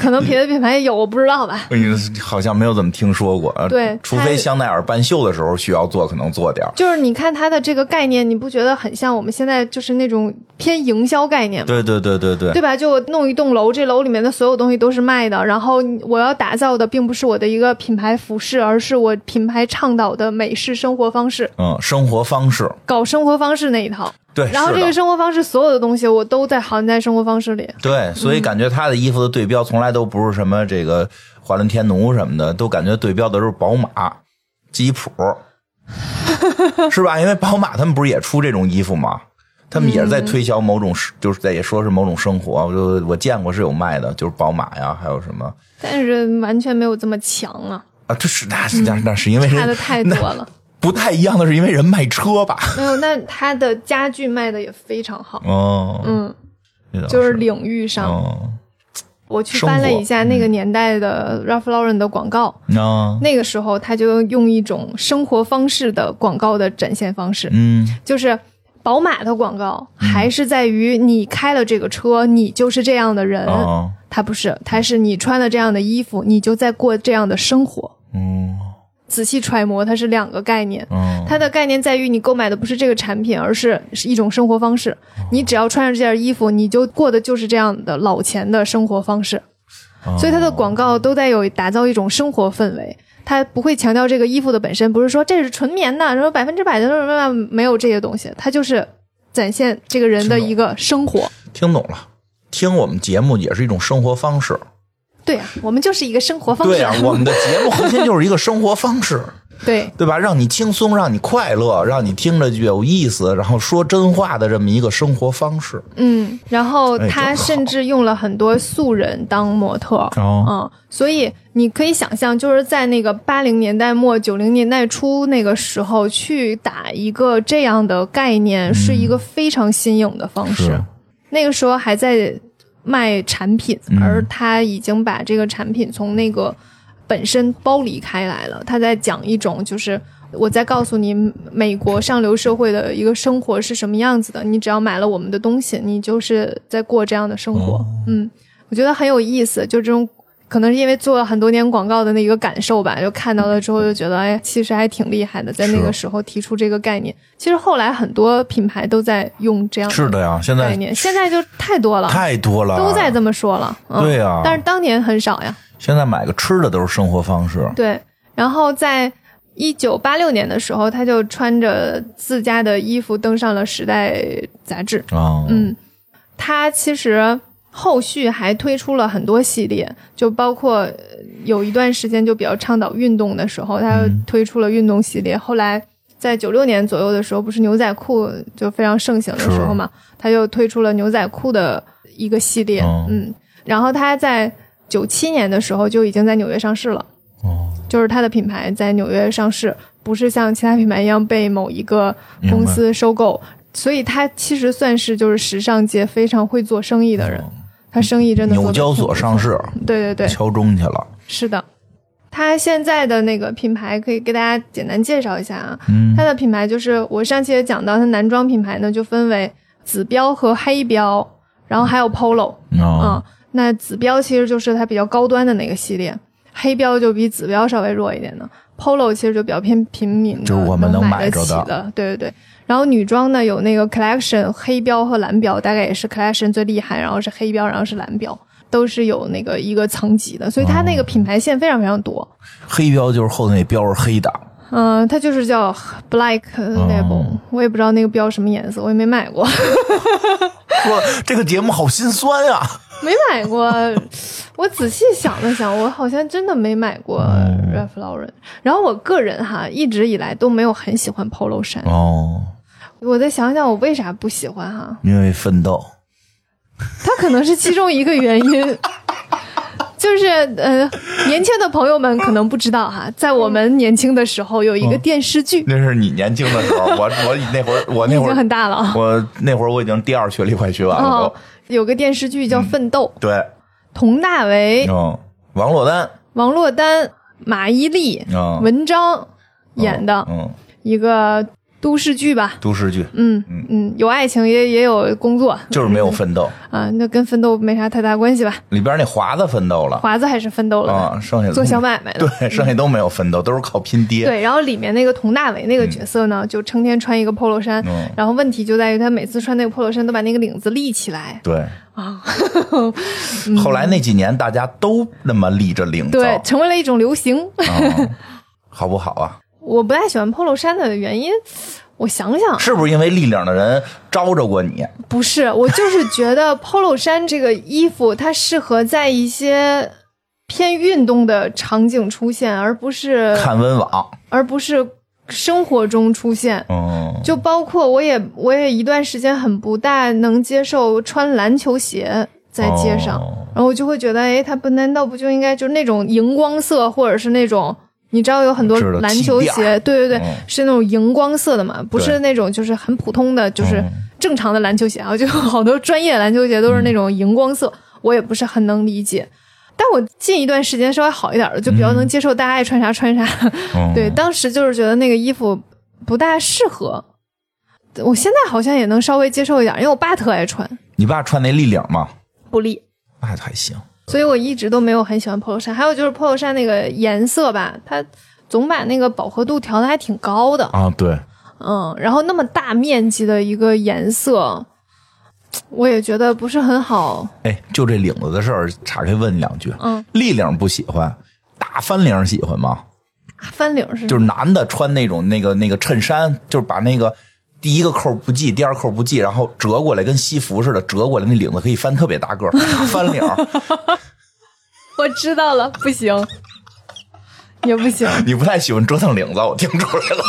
A: 可能别的品牌也有，我不知道吧。
C: 嗯，好像没有怎么听说过。呃
A: 对
C: 除
A: 它
C: 非
A: 是
C: 香奈儿办秀的时候需要做，可能做点儿。
A: 就是你看它的这个概念，你不觉得很像我们现在就是那种偏营销概念吗？
C: 对对对对对，
A: 对吧？就我弄一栋楼，这楼里面的所有东西都是卖的，然后我要打造的并不是我的一个品牌服饰，而是我品牌倡导的美式生活方式，
C: 嗯，生活方式，
A: 搞生活方式那一套。
B: 对，
A: 然后
B: 是
A: 这个
B: 的
A: 生活方式所有的东西我都在含在生活方式里。
B: 对，所以感觉他的衣服的对标从来都不是什么这个华伦天奴什么的，都感觉对标的都是宝马、吉普， 是吧？因为宝马他们不是也出这种衣服吗？他们也是在推销某种，就是在也说是某种生活。我就我见过是有卖的，就是宝马呀，还有什么
A: 但是完全没有这么强啊，
B: 啊？这是那是那那是因为
A: 差的
B: 人
A: 太多 了。
B: 不太一样的是因为人卖车吧？
A: 没有，那他的家具卖的也非常好，
B: 哦，
A: 嗯，
B: 这倒
A: 就是领域上，
B: 哦，
A: 我去
B: 生
A: 翻了
B: 活嗯
A: 一下那个年代的 Ralph Lauren 的广告，
B: 那
A: 那个时候他就用一种生活方式的广告的展现方式，
B: 嗯
A: 就是宝马的广告还是在于你开了这个车，你就是这样的人，
B: 哦
A: 他不是，他是你穿了这样的衣服，你就在过这样的生活。
B: 嗯
A: 仔细揣摩，它是两个概念。
B: 嗯
A: 它的概念在于你购买的不是这个产品，而是是一种生活方
B: 哦
A: 式。你只要穿上这件衣服，你就过的就是这样的老钱的生活方式。
B: 哦
A: 所以它的广告都带有打造一种生活氛围，它不会强调这个衣服的本身，不是说这是纯棉的，然后百分之百的什么什么没有这些东西，它就是展现这个人的一个生活。
B: 听懂了，听我们节目也是一种生活方式。
A: 对啊，我们就是一个生活方式。
B: 对啊，我们的节目核心就是一个生活方式，
A: 对
B: 对吧？让你轻松，让你快乐，让你听着就有意思，然后说真话的这么一个生活方式。
A: 嗯，然后
B: 哎
A: 他
B: 真好
A: 甚至用了很多素人当模特，
B: 哦
A: 嗯，所以你可以想象，就是在那个八零年代末九零年代初那个时候，去打一个这样的概念，是一个非常新颖的方式。那个时候还在卖产品，而他已经把这个产品从那个本身剥离开来了。他在讲一种就是。我在告诉你，美国上流社会的一个生活是什么样子的。你只要买了我们的东西，你就是在过这样的生活。嗯，我觉得很有意思，就这种可能是因为做了很多年广告的那一个感受吧，就看到了之后就觉得，哎，其实还挺厉害的，在那个时候提出这个概念。其实后来很多品牌都在用这样的
B: 是的呀，现
A: 嗯概
B: 在
A: 念，现在就太多了，
B: 太多了，
A: 都在这么说了。嗯、
B: 对啊呀
A: 但是当年很少呀。
B: 现在买个吃的都是生活方式。
A: 对，然后在一九八六年的时候，他就穿着自家的衣服登上了《时代》杂志。
B: 啊，
A: 嗯，他其实后续还推出了很多系列，就包括呃有一段时间就比较倡导运动的时候，他
B: 嗯
A: 又推出了运动系列。后来在九六年左右的时候，不是牛仔裤就非常盛行的时候嘛，他又推出了牛仔裤的一个系列。
B: 哦
A: 嗯，然后他在九七年的时候就已经在纽约上市了。
B: 哦，
A: 就是它的品牌在纽约上市，不是像其他品牌一样被某一个公司收购，所以它其实算是就是时尚界非常会做生意的人，他生意真的做
B: 哦纽
A: 得
B: 交
A: 挺不
B: 所
A: 错
B: 上，市，
A: 对对对，
B: 敲钟去了。
A: 是的。它现在的那个品牌可以给大家简单介绍一下啊，
B: 嗯
A: 它的品牌就是我上期也讲到，它男装品牌呢就分为紫标和黑标，然后还有 Polo，
B: 啊，
A: 嗯，那紫标其实就是它比较高端的那个系列，黑标就比紫标稍微弱一点的，Polo 其实就比较偏平民的，
B: 就是我们
A: 能
B: 能
A: 买
B: 买
A: 得
B: 着
A: 起
B: 的
A: 的，对对对。然后女装呢有那个 Collection 黑标和蓝标，大概也是 Collection 最厉害，然后是黑标，然后是蓝标，都是有那个一个层级的，所以它那个品牌线非常非常多。
B: 黑标就是后头那标 是黑的，
A: 嗯、它就是叫 Black
B: 哦
A: Label，、我也不知道那个标什么颜色，我也没买过。
B: 说这个节目好心酸啊呀。
A: 没买过。我仔细想了想，我好像真的没买过
B: 嗯
A: Ralph Lauren。然后我个人哈，一直以来都没有很喜欢 Polo 衫。
B: 哦，
A: 我再想想，我为啥不喜欢哈？
B: 因为奋斗，
A: 它可能是其中一个原因。 就是呃，年轻的朋友们可能不知道哈，在我们年轻的时候有一个电视剧，
B: 嗯那是你年轻的时 候，我我那会儿我那
A: 已
B: 会
A: 经
B: 儿
A: 很大了啊。
B: 我那会儿我已经第二学历快学完了
A: 哦
B: 都。，
A: 有个电视剧叫《奋斗》，
B: 对，
A: 佟大为、
B: 嗯，王珞丹，
A: 王珞丹、马伊琍、
B: 嗯，
A: 文章演的，
B: 嗯，
A: 一个都市剧吧。
B: 都市剧
A: 嗯嗯，有爱情也也有工作
B: 就是没有奋 斗，
A: 啊，那跟奋斗没啥太大关系吧？
B: 里边那华子奋斗了
A: 华子还是奋斗了的，
B: 啊，剩下的
A: 做小买卖的。 嗯
B: 对，剩下都没有奋斗，都是靠拼爹。
A: 对，然后里面那个佟大为那个角色呢，就成天穿一个 polo 衫，
B: 嗯
A: 然后问题就在于他每次穿那个 polo 衫都把那个领子立起来，
B: 对啊，后来那几年大家都那么立着领子，
A: 嗯对，成为了一种流行。
B: 嗯好不好啊？
A: 我不太喜欢 polo 衫的原因，我想想，
B: 是不是因为立领的人招着过你？
A: 不是，我就是觉得 polo 衫这个衣服，它适合在一些偏运动的场景出现，而不是
B: 看温网，
A: 而不是生活中出现。
B: 嗯，
A: 就包括我也我也一段时间很不大能接受穿篮球鞋在街上，
B: 哦
A: 然后我就会觉得，哎，它不难道不就应该就是那种荧光色，或者是那种你知道有很多
B: 知道
A: 篮球
B: 气垫
A: 鞋，
B: 儿
A: 对对对，
B: 嗯
A: 是那种荧光色的嘛，不是那种就是很普通的，就是
B: 嗯
A: 正常的篮球鞋啊，就好多专业篮球鞋都是那种荧光色，我也不是很能理解。但我近一段时间稍微好一点了，就比较能接受大家爱穿啥穿啥。 对，当时就是觉得那个衣服不大适合。我现在好像也能稍微接受一点，因为我爸特爱穿，
B: 你爸穿那立领吗？
A: 不利。
B: 那还行，
A: 所以我一直都没有很喜欢 polo 衫。还有就是 polo 衫那个颜色吧，它总把那个饱和度调的还挺高的，
B: 啊，对，
A: 嗯，然后那么大面积的一个颜色，我也觉得不是很好。
B: 哎，就这领子的事儿，岔开问两句。
A: 嗯，
B: 立领不喜欢，大翻领喜欢吗？
A: 翻领是
B: 就是男的穿那种那个那个衬衫，就是把那个第一个扣不系，第二扣不系，然后折过来跟西服似的折过来，那领子可以翻特别大个儿，大翻领儿。
A: 我知道了，不行，也不行，
B: 你不太喜欢折腾领子，我听出 来了。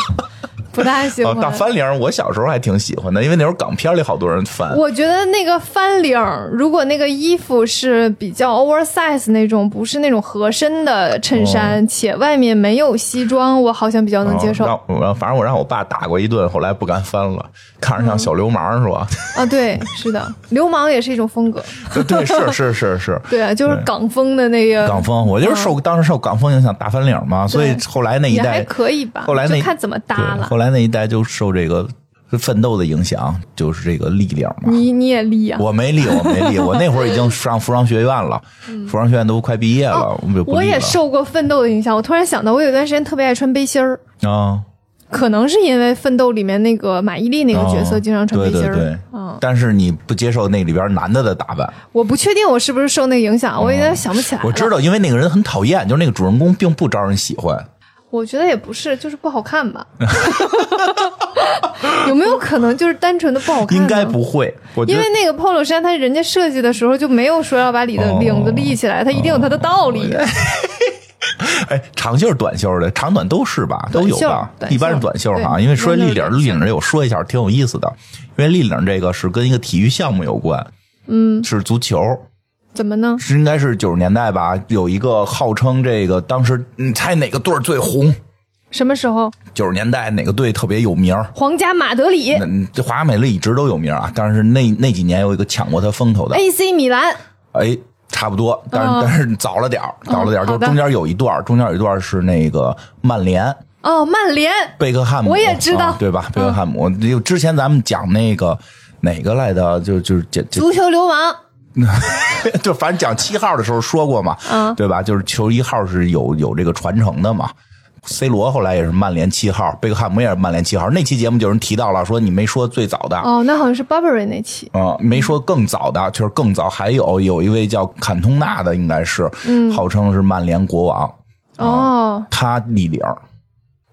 A: 不大喜
B: 啊，
A: 欢。
B: 大翻领儿，我小时候还挺喜欢的，因为那时候港片里好多人翻。
A: 我觉得那个翻领儿，如果那个衣服是比较 oversize 那种，不是那种合身的衬衫，且外面没有西装，我好像比较能接受。
B: 啊让哦我反正我让我爸打过一顿，后来不敢翻了，看着像小流氓是 吧？
A: 啊，对，是的，流氓也是一种风格，
B: 对，是是是是，
A: 对啊，就是港风的那个，
B: 港风，我就是受当时受港风影响大翻领嘛，所以后来那一
A: 嗯也还
B: 代，
A: 可以吧，
B: 后来那
A: 就看怎么搭
B: 对，
A: 了
B: 后。来那一代就受这个奋斗的影响，就是这个力量嘛。
A: 你你也立啊，
B: 我没立，我没立，我那会儿已经上服装学院了，服装学院都快毕业了，我们就
A: 嗯
B: 不
A: 哦我
B: 立
A: 也
B: 了
A: 受过奋斗的影响。我突然想到，我有一段时间特别爱穿背心儿，
B: 啊，
A: 可能是因为《奋斗》里面那个马伊琍那个角色
B: 哦
A: 经常穿背心
B: 对
A: 儿。
B: 对对，
A: 嗯，
B: 但是你不接受那里边男的的打扮，
A: 我不确定我是不是受那个影响，我有点想不起来了。
B: 哦我知道，因为那个人很讨厌，就是那个主人公并不招人喜欢。
A: 我觉得也不是，就是不好看 吧。有没有可能就是单纯的不好看？
B: 应该。不会，我觉
A: 因
B: 得
A: 为那个 polo 衫，它人家设计的时候就没有说要把里的
B: 哦
A: 领子立起来，它一定有它的道理。
B: 哎，长袖儿、短袖儿的，长短都是吧，
A: 短
B: 都有
A: 袖儿
B: 吧，
A: 短
B: 一般是
A: 袖儿
B: 短袖儿哈。
A: 对
B: 因为说立领儿，
A: 一般都是
B: 立领儿有说一下，挺有意思的。因为立领儿这个是跟一个体育项目有关，嗯，是足球，
A: 怎么呢？
B: 是应该是九十年代吧，有一个号称这个当时你猜哪个队儿最红？
A: 什么时候？
B: 九十年代哪个队特别有名儿？
A: 皇家马德里、
B: 嗯，这华夏美丽一直都有名儿啊，但是那那几年有一个抢过他风头的，
A: AC 米兰，
B: 哎，差不多，但是、
A: 嗯
B: 但是早了点儿，早了点儿，
A: 嗯
B: 就
A: 好的
B: 中间有一段儿，中间有一段儿是那个曼联，
A: 哦，曼联，
B: 贝克汉姆，
A: 我也知道嗯
B: 啊对吧？贝克汉姆，就之前咱们讲那个哪个来的，就就是就就
A: 足球流氓，
B: 就反正讲七号的时候说过嘛，
A: 嗯
B: 对吧？就是球一号是有有这个传承的嘛。C 罗后来也是曼联七号，贝克汉姆也是曼联七号。那期节目就有人提到了，说你没说最早的，
A: 哦，那好像是 Burberry 那期，
B: 啊、没说更早的，就是更早还有有一位叫坎通纳的，应该是，
A: 嗯
B: 号称是曼联国王，
A: 哦，
B: 他立领儿，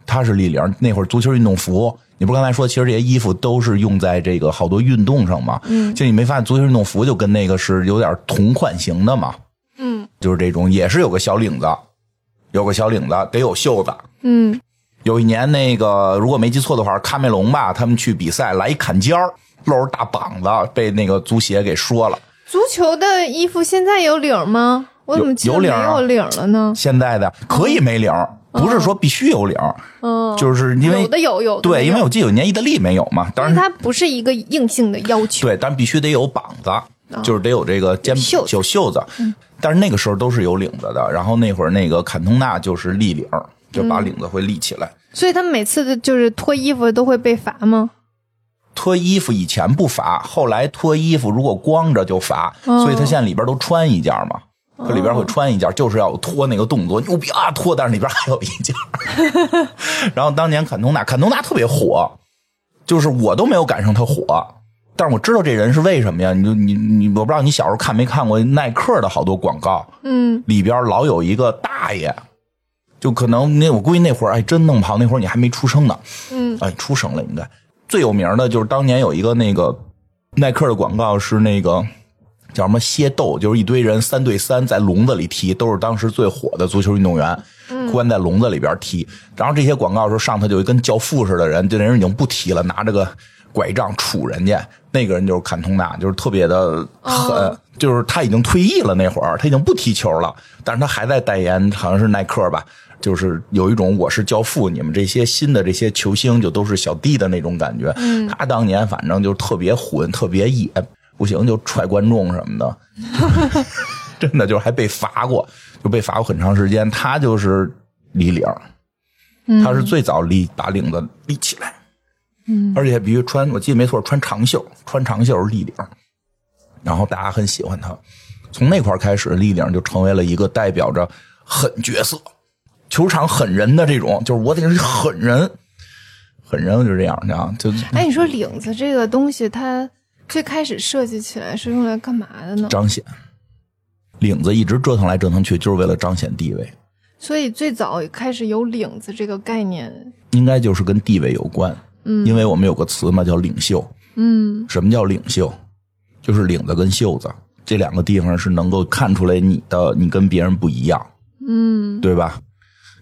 B: 他是立领儿。那会儿足球运动服，你不是刚才说，其实这些衣服都是用在这个好多运动上嘛？嗯，就你没发现足球运动服就跟那个是有点同款型的嘛？
A: 嗯
B: 就是这种也是有个小领子，有个小领子，得有袖子。
A: 嗯，
B: 有一年那个如果没记错的话，喀麦隆吧，他们去比赛来一砍尖儿，露着大膀子，被那个足协给说了。
A: 足球的衣服现在有领吗？我怎么记得
B: 有
A: 没
B: 领啊
A: 有领了呢？
B: 现在的可以没领儿，不是说必须有领儿，
A: 嗯，
B: 就是因为
A: 有的有，有的
B: 对，
A: 没
B: 因为
A: 有
B: 我记得有一年意大利没有嘛，当
A: 因为
B: 然
A: 它不是一个硬性的要求，
B: 对，但必须得有膀子，就是得有这个肩
A: 啊袖子嗯
B: 有袖子。但是那个时候都是有领子的，然后那会儿那个坎通纳就是立领儿，就把领子会立起来。
A: 所以他们每次的就是脱衣服都会被罚吗？
B: 脱衣服以前不罚，后来脱衣服如果光着就罚，
A: 哦
B: 所以他现在里边都穿一件嘛，他里边会穿一件，就是要有脱那个动作，牛逼啊脱，但是里边还有一件。然后当年坎通纳，坎通纳特别火，就是我都没有赶上他火，但是我知道这人是为什么呀？你就你你，我不知道你小时候看没看过耐克的好多广告，
A: 嗯，
B: 里边老有一个大爷，就可能那我估计那会儿哎，真弄不好那会儿你还没出生呢，
A: 嗯，
B: 哎，出生了应该最有名的就是当年有一个那个耐克的广告是那个。叫什么蝎斗，就是一堆人三对三在笼子里踢，都是当时最火的足球运动员，关在笼子里边踢。然后这些广告时候上头就跟教父似的人，这人已经不踢了，拿着个拐杖杵人家。那个人就是坎通纳，就是特别的狠，
A: 哦
B: 就是他已经退役了那会儿，他已经不踢球了，但是他还在代言，好像是耐克吧。就是有一种我是教父，你们这些新的这些球星就都是小弟的那种感觉。他当年反正就特别混，特别野，不行就踹观众什么的，真的就是还被罚过，就被罚过很长时间。他就是立领儿，他是最早立把领子立起来，嗯，而且必须穿，我记得没错，穿长袖，穿长袖立领儿，然后大家很喜欢他。从那块儿开始，立领就成为了一个代表着狠角色，球场狠人的这种，就是我得是狠人，狠人我就这样，你知道吗就
A: 哎，你说领子这个东西，它最开始设计起来是用来干嘛的呢？
B: 彰显。领子一直折腾来折腾去，就是为了彰显地位，
A: 所以最早开始有领子这个概念，
B: 应该就是跟地位有关。嗯，因为我们有个词嘛，叫领袖。
A: 嗯，
B: 什么叫领袖？就是领子跟袖子这两个地方是能够看出来你的，你跟别人不一样。嗯，对吧？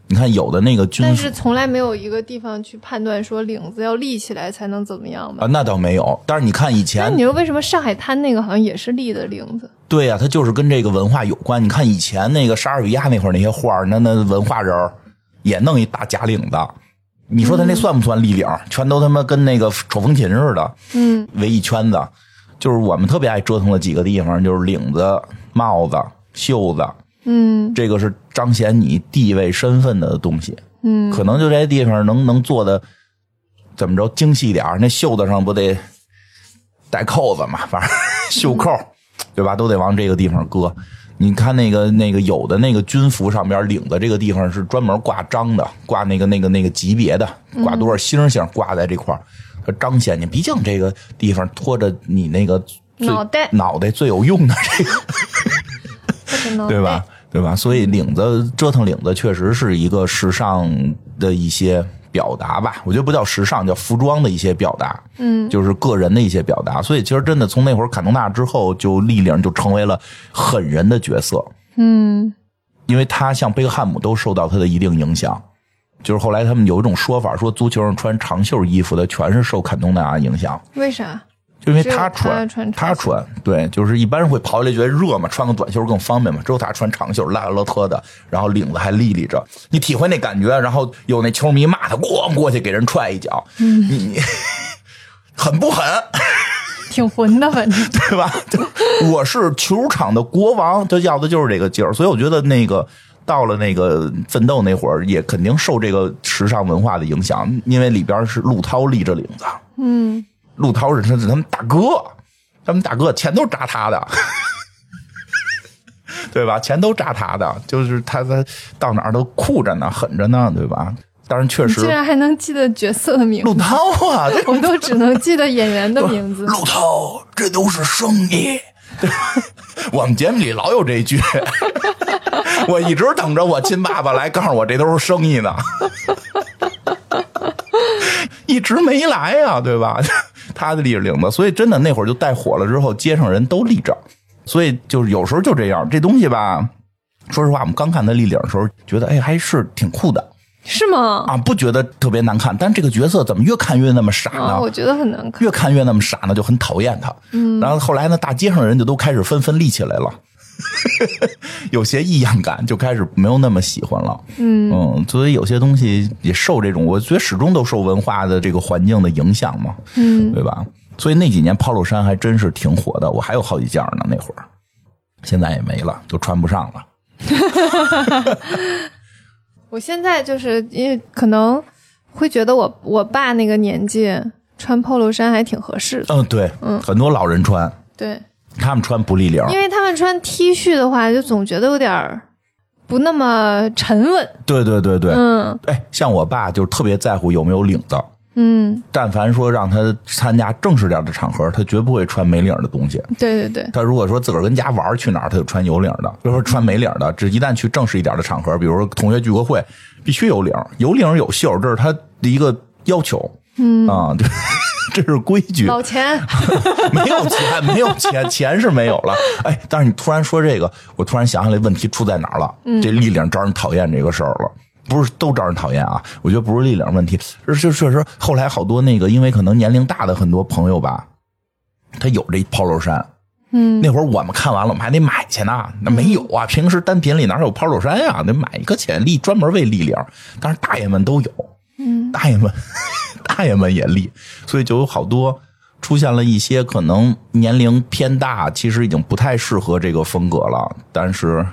B: 你看有的那个军
A: 但
B: 服
A: 是从来没有一个地方去判断说领子要立起来才能怎么样吧
B: 啊，？那倒没有。但是你看以
A: 那
B: 前
A: 你，说为什么上海滩那个好像也是立的领子？
B: 对呀、它就是跟这个文化有关。你看以前那个莎士比亚那会儿那些画儿，那那文化人儿也弄一大假领子，你说他那算不算立领儿？全都他妈跟那个手风琴似的，
A: 嗯，
B: 围一圈子。就是我们特别爱折腾的几个地方，就是领子、帽子、袖子，
A: 嗯
B: 这个是彰显你地位身份的东西。
A: 嗯，
B: 可能就这些地方能能做的怎么着精细点儿那袖子上不得带扣子嘛，
A: 嗯
B: 反正袖扣、对吧，都得往这个地方搁。你看那个那个有的那个军服上边领子这个地方是专门挂章的，挂那个那个那个级别的，
A: 嗯
B: 挂多少星星挂在这块儿，它彰显你。毕竟这个地方拖着你那个最
A: 脑袋
B: 脑袋最有用的这个
A: 不可能
B: 对吧？？对吧？所以领子折腾领子确实是一个时尚的一些表达吧，我觉得不叫时尚，叫服装的一些表达，
A: 嗯，
B: 就是个人的一些表达。所以其实真的从那会儿坎通纳之后，就立领就成为了狠人的角色，
A: 嗯
B: 因为他像贝克汉姆都受到他的一定影响。就是后来他们有一种说法，说足球上穿长袖衣服的全是受坎通纳影响，
A: 为啥？
B: 就因为
A: 只有
B: 他
A: 他
B: 穿，
A: 穿
B: 他
A: 长袖
B: 穿，对，就是一般人会跑起来觉得热嘛，穿个短袖更方便嘛。只有他穿长袖，邋里邋遢的，然后领子还立立着，你体会那感觉。然后有那球迷骂他，咣过去给人踹一脚，
A: 嗯
B: 你你 狠不狠，
A: 挺混的，反正
B: 对吧？ 就我是球场的国王，他要的就是这个劲儿。所以我觉得那个到了那个奋斗那会儿，也肯定受这个时尚文化的影响，因为里边是陆涛立着领子。
A: 嗯，
B: 陆涛是他是他们大哥，他们大哥钱都扎他的， 对吧？钱都扎他的，就是他他到哪儿都酷着呢，狠着呢，对吧？但是确
A: 你居
B: 实，
A: 然还能记得角色的名
B: 陆
A: 字，
B: 涛啊，这
A: 我都只能记得演员的名字。
B: 陆涛，这都是生意。 我们节目里老有这一句， 我一直等着我亲爸爸来告诉我这都是生意呢， 一直没来呀、对吧？ 他的立着领子，所以真的那会儿就带火了，之后街上人都立着，所以就是有时候就这样，这东西吧，说实话，我们刚看他立领的时候，觉得哎还是挺酷的
A: 是吗？
B: 啊，不觉得特别难看，但这个角色怎么越看越那么傻呢？
A: 啊，我觉得很难看。
B: 越看越那么傻呢，就很讨厌他。嗯，然后后来呢，大街上的人就都开始纷纷立起来了， 有些异样感就开始没有那么喜欢了。嗯所以有些东西也受这种，我觉得始终都受文化的这个环境的影响嘛，嗯，对吧？所以那几年 polo 衫还真是挺火的，我还有好几件呢，那会儿，现在也没了，都穿不上了。
A: 我现在就是因为可能会觉得我我爸那个年纪穿 polo 衫还挺合适的，
B: 嗯，对，很多老人穿，
A: 对，
B: 他们穿不立领儿，
A: 因为他们穿 T 恤的话，就总觉得有点儿不那么沉稳。
B: 对对对对，
A: 嗯
B: 哎，像我爸就是特别在乎有没有领子，
A: 嗯，
B: 但凡说让他参加正式点的场合，他绝不会穿没领儿的东西。
A: 对对对，
B: 他如果说自个儿跟家玩儿去哪儿，他就穿有领儿的；，比如说穿没领儿的，只一旦去正式一点的场合，比如说同学聚个会，必须有领儿，有领儿有袖儿，这是他的一个要求。嗯啊，对， 这是规矩。
A: 老钱，
B: 没有钱，没有钱，钱是没有了。哎，但是你突然说这个，我突然想起来问题出在哪儿了。这立领招人讨厌这个事儿了。不是都招人讨厌啊？我觉得不是立领问题，是是确实后来好多那个，因为可能年龄大的很多朋友吧，他有这 polo 衫。
A: 嗯，
B: 那会儿我们看完了，我们还得买去呢。那没有啊，平时单品里哪有 polo 衫呀、得买一个去立，专门为立领。但是大爷们都有，
A: 嗯，
B: 大爷们， 大爷们也立，所以就有好多出现了一些可能年龄偏大，其实已经不太适合这个风格了，但是。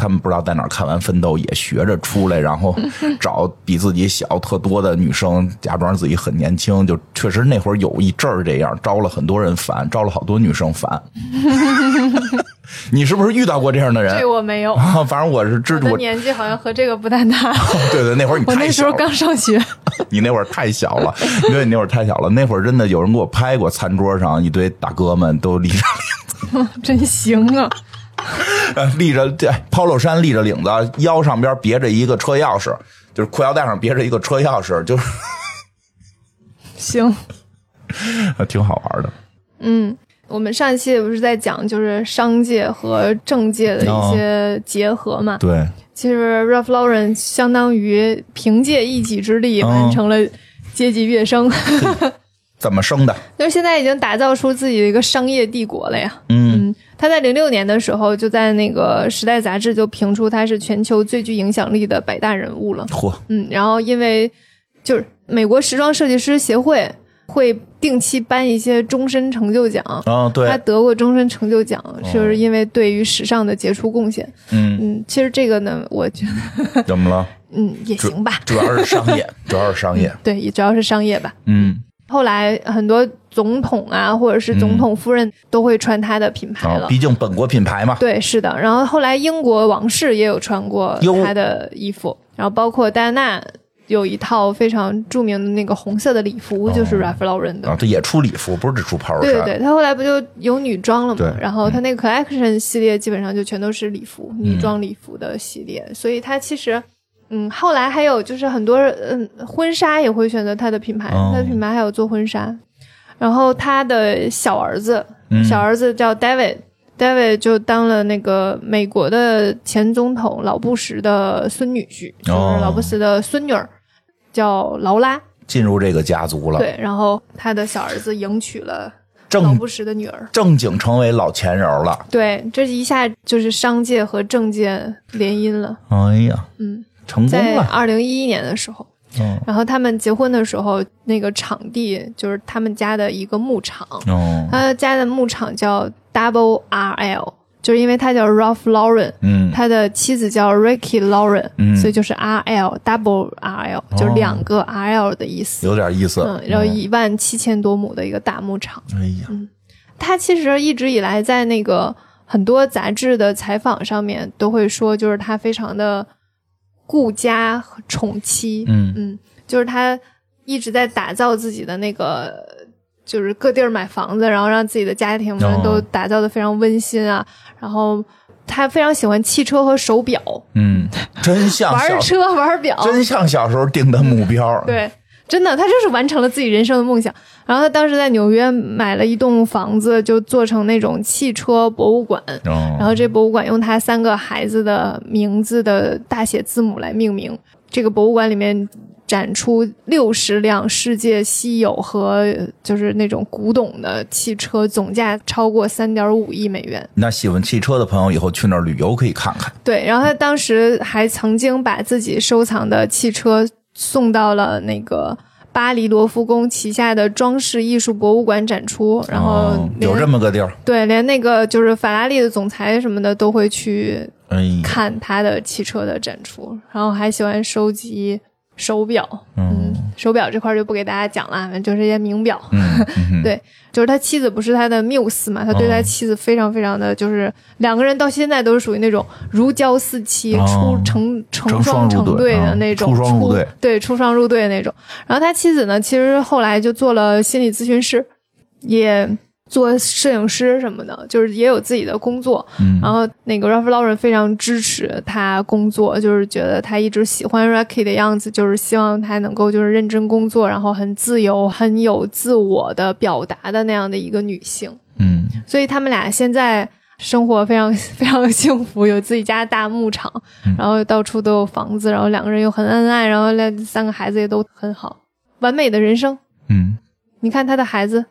B: 他们不知道在哪儿看完《奋斗》，也学着出 来，然后找比自己小特多的女生，假装自己很年轻。就确实那会儿有一阵儿这样，招了很多人烦，招了好多女 生烦。你是不是遇到过这样的人
A: 这？我没有，
B: 啊， 反正我是知
A: 我
B: 我
A: 的年纪好像和这个不太搭。
B: 对对，那会儿你
A: 我
B: 太
A: 那时
B: 小
A: 候
B: 了。
A: 刚上学，
B: 你那会儿太小了，因为你那会儿太小了。那会儿真的有人给我拍过，餐桌上一堆大哥们都立着
A: 真行啊！
B: 呃立着对 polo 衫立着领子，腰上边别着一个车钥匙，就是裤腰带上别着一个车钥匙，就是
A: 行，
B: 呃挺好玩的。
A: 我们上一期也不是在讲就是商界和政界的一些结合嘛？
B: 哦对，
A: 其实 Ralph Lauren 相当于凭借一己之力
B: 嗯
A: 完成了阶级跃升，
B: 怎么生的？
A: 就是现在已经打造出自己的一个商业帝国了呀。
B: 嗯
A: 嗯，他在零六年的时候就在那个《时代》杂志就评出他是全球最具影响力的百大人物了。
B: 嚯，
A: 嗯，然后因为就是美国时装设计师协会会定期颁一些终身成就奖。
B: 啊，
A: 他
B: 对，哦
A: 得过终身成就奖，就是因为对于时尚的杰出贡献。
B: 嗯，
A: 嗯，其实这个呢，我觉得，
B: 怎么了？
A: 嗯，也行吧。
B: 主要是商业，主要是商业。
A: 对，也主要是商业吧。
B: 嗯，
A: 后来很多总统啊，或者是总统夫人都会穿他的品牌
B: 啊
A: 了。，
B: 毕竟本国品牌嘛。
A: 对，是的。然后后来英国王室也有穿过
B: 哟
A: 他的衣服，然后包括戴安娜有一套非常著名的那个红色的礼服，就是 Ralph Lauren 的。
B: 啊，这也出礼服，不是只出 polo
A: 对对
B: 衫。
A: 对，他后来不就有女装了
B: 对嗯
A: 嘛？然后他那个 collection 系列基本上就全都是礼服、女装礼服的系列，所以他其实，嗯，后来还有就是很多嗯婚纱也会选择他的品牌，
B: 哦
A: 他的品牌还有做婚纱。然后他的小儿子，
B: 嗯
A: 小儿子叫 David。David 就当了那个美国的前总统老布什的孙女婿，就是
B: 哦
A: 老布什的孙女儿，叫劳拉。
B: 进入这个家族了，
A: 对，然后他的小儿子迎娶了老
B: 正
A: 布什的女儿。
B: 正经成为老钱人了。
A: 对，这一下就是商界和政界联姻了，
B: 哎呀，
A: 嗯，
B: 成功
A: 在
B: 了。
A: 二零一一年的时候，
B: 嗯
A: 然后他们结婚的时候，那个场地就是他们家的一个牧场，
B: 哦，
A: 他家的牧场叫 Double RL，就是因为他叫 Ralph Lauren，
B: 嗯
A: 他的妻子叫 Ricky Lauren，、
B: 嗯哦
A: 所以就是 RL Double RL，就是两个 RL 的意思。
B: 有哦点意思。
A: 嗯，然后一万七千多亩的一个大牧场，
B: 哎呀，
A: 嗯他其实一直以来在那个很多杂志的采访上面都会说，就是他非常的顾家和宠妻，
B: 嗯
A: 就是他一直在打造自己的那个，就是各地儿买房子，然后让自己的家庭们
B: 哦
A: 都打造的非常温馨啊，然后。他非常喜欢汽车和手表，
B: 嗯，真像
A: 玩
B: 小，
A: 车玩表，
B: 真像小时候定的目标。，
A: 对，真的，他就是完成了自己人生的梦想。然后他当时在纽约买了一栋房子，就做成那种汽车博物馆。然
B: 哦，
A: 后这博物馆用他三个孩子的名字的大写字母来命名。这个博物馆里面展出六十辆世界稀有和呃就是那种古董的汽车，总价超过三点五亿美元。
B: 那喜欢汽车的朋友以后去那儿旅游可以看看。
A: 对，然后他当时还曾经把自己收藏的汽车送到了那个巴黎罗浮宫旗下的装饰艺术博物馆展出，然后
B: 哦
A: 连、
B: 有这么个地儿，
A: 对连那个就是法拉利的总裁什么的都会去
B: 哎呀，
A: 看他的汽车的展出，然后还喜欢收集手表，嗯，手表这块儿就不给大家讲了，反正就是一些名表。
B: 嗯嗯哦哼
A: 对，就是他妻子不是他的缪斯嘛，他对他妻子非常非常的就是两个人到现在都是属于那种如胶似漆、
B: 哦
A: 出成成
B: 成
A: 双
B: 双
A: 成
B: 入对
A: 对的
B: 啊
A: 那种，
B: 出双入对
A: 对出双入对的那种。然后他妻子呢，其实后来就做了心理咨询师，也做摄影师什么的，就是也有自己的工作。
B: 嗯
A: 然后那个 Ralph Lauren 非常支持他工作，就是觉得他一直喜欢 Rocky 的样子，就是希望他能够就是认真工作，然后很自由、很有自我的表达的那样的一个女性。
C: 嗯，
A: 所以他们俩现在生活非常 非常幸福，有自己家大牧场，
B: 嗯
A: 然后到处都有房子，然后两个人又很恩爱，然后那三个孩子也都很好，完美的人生。
C: 嗯，
A: 你看他的孩子，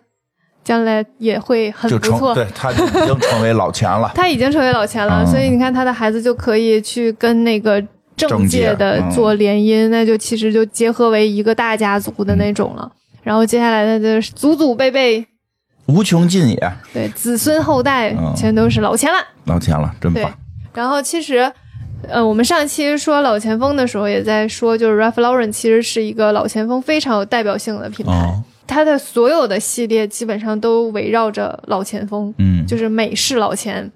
A: 将来也会很
B: 就
A: 嗯不
B: 成
A: 错。。
B: 对他就已经成为老钱了
A: 他已经成为老钱了，
C: 嗯
A: 所以你看他的孩子就可以去跟那个
B: 政
A: 政
B: 界
A: 界的
B: 嗯
A: 做联姻，那就其实就结合为一个大家族的那种
B: 嗯
A: 了。然后接下来他的祖祖辈辈，
B: 无穷尽也，
A: 对子孙后代
B: 嗯
A: 全都是老钱了。
B: 老钱了，真
A: 对
B: 棒。，
A: 然后其实，呃，我们上期说老前锋的时候，也在说，就是 Ralph Lauren 其实是一个老前锋非常有代表性的品牌，
B: 哦
A: 它的所有的系列基本上都围绕着老前锋，
B: 嗯
A: 就是美式老钱。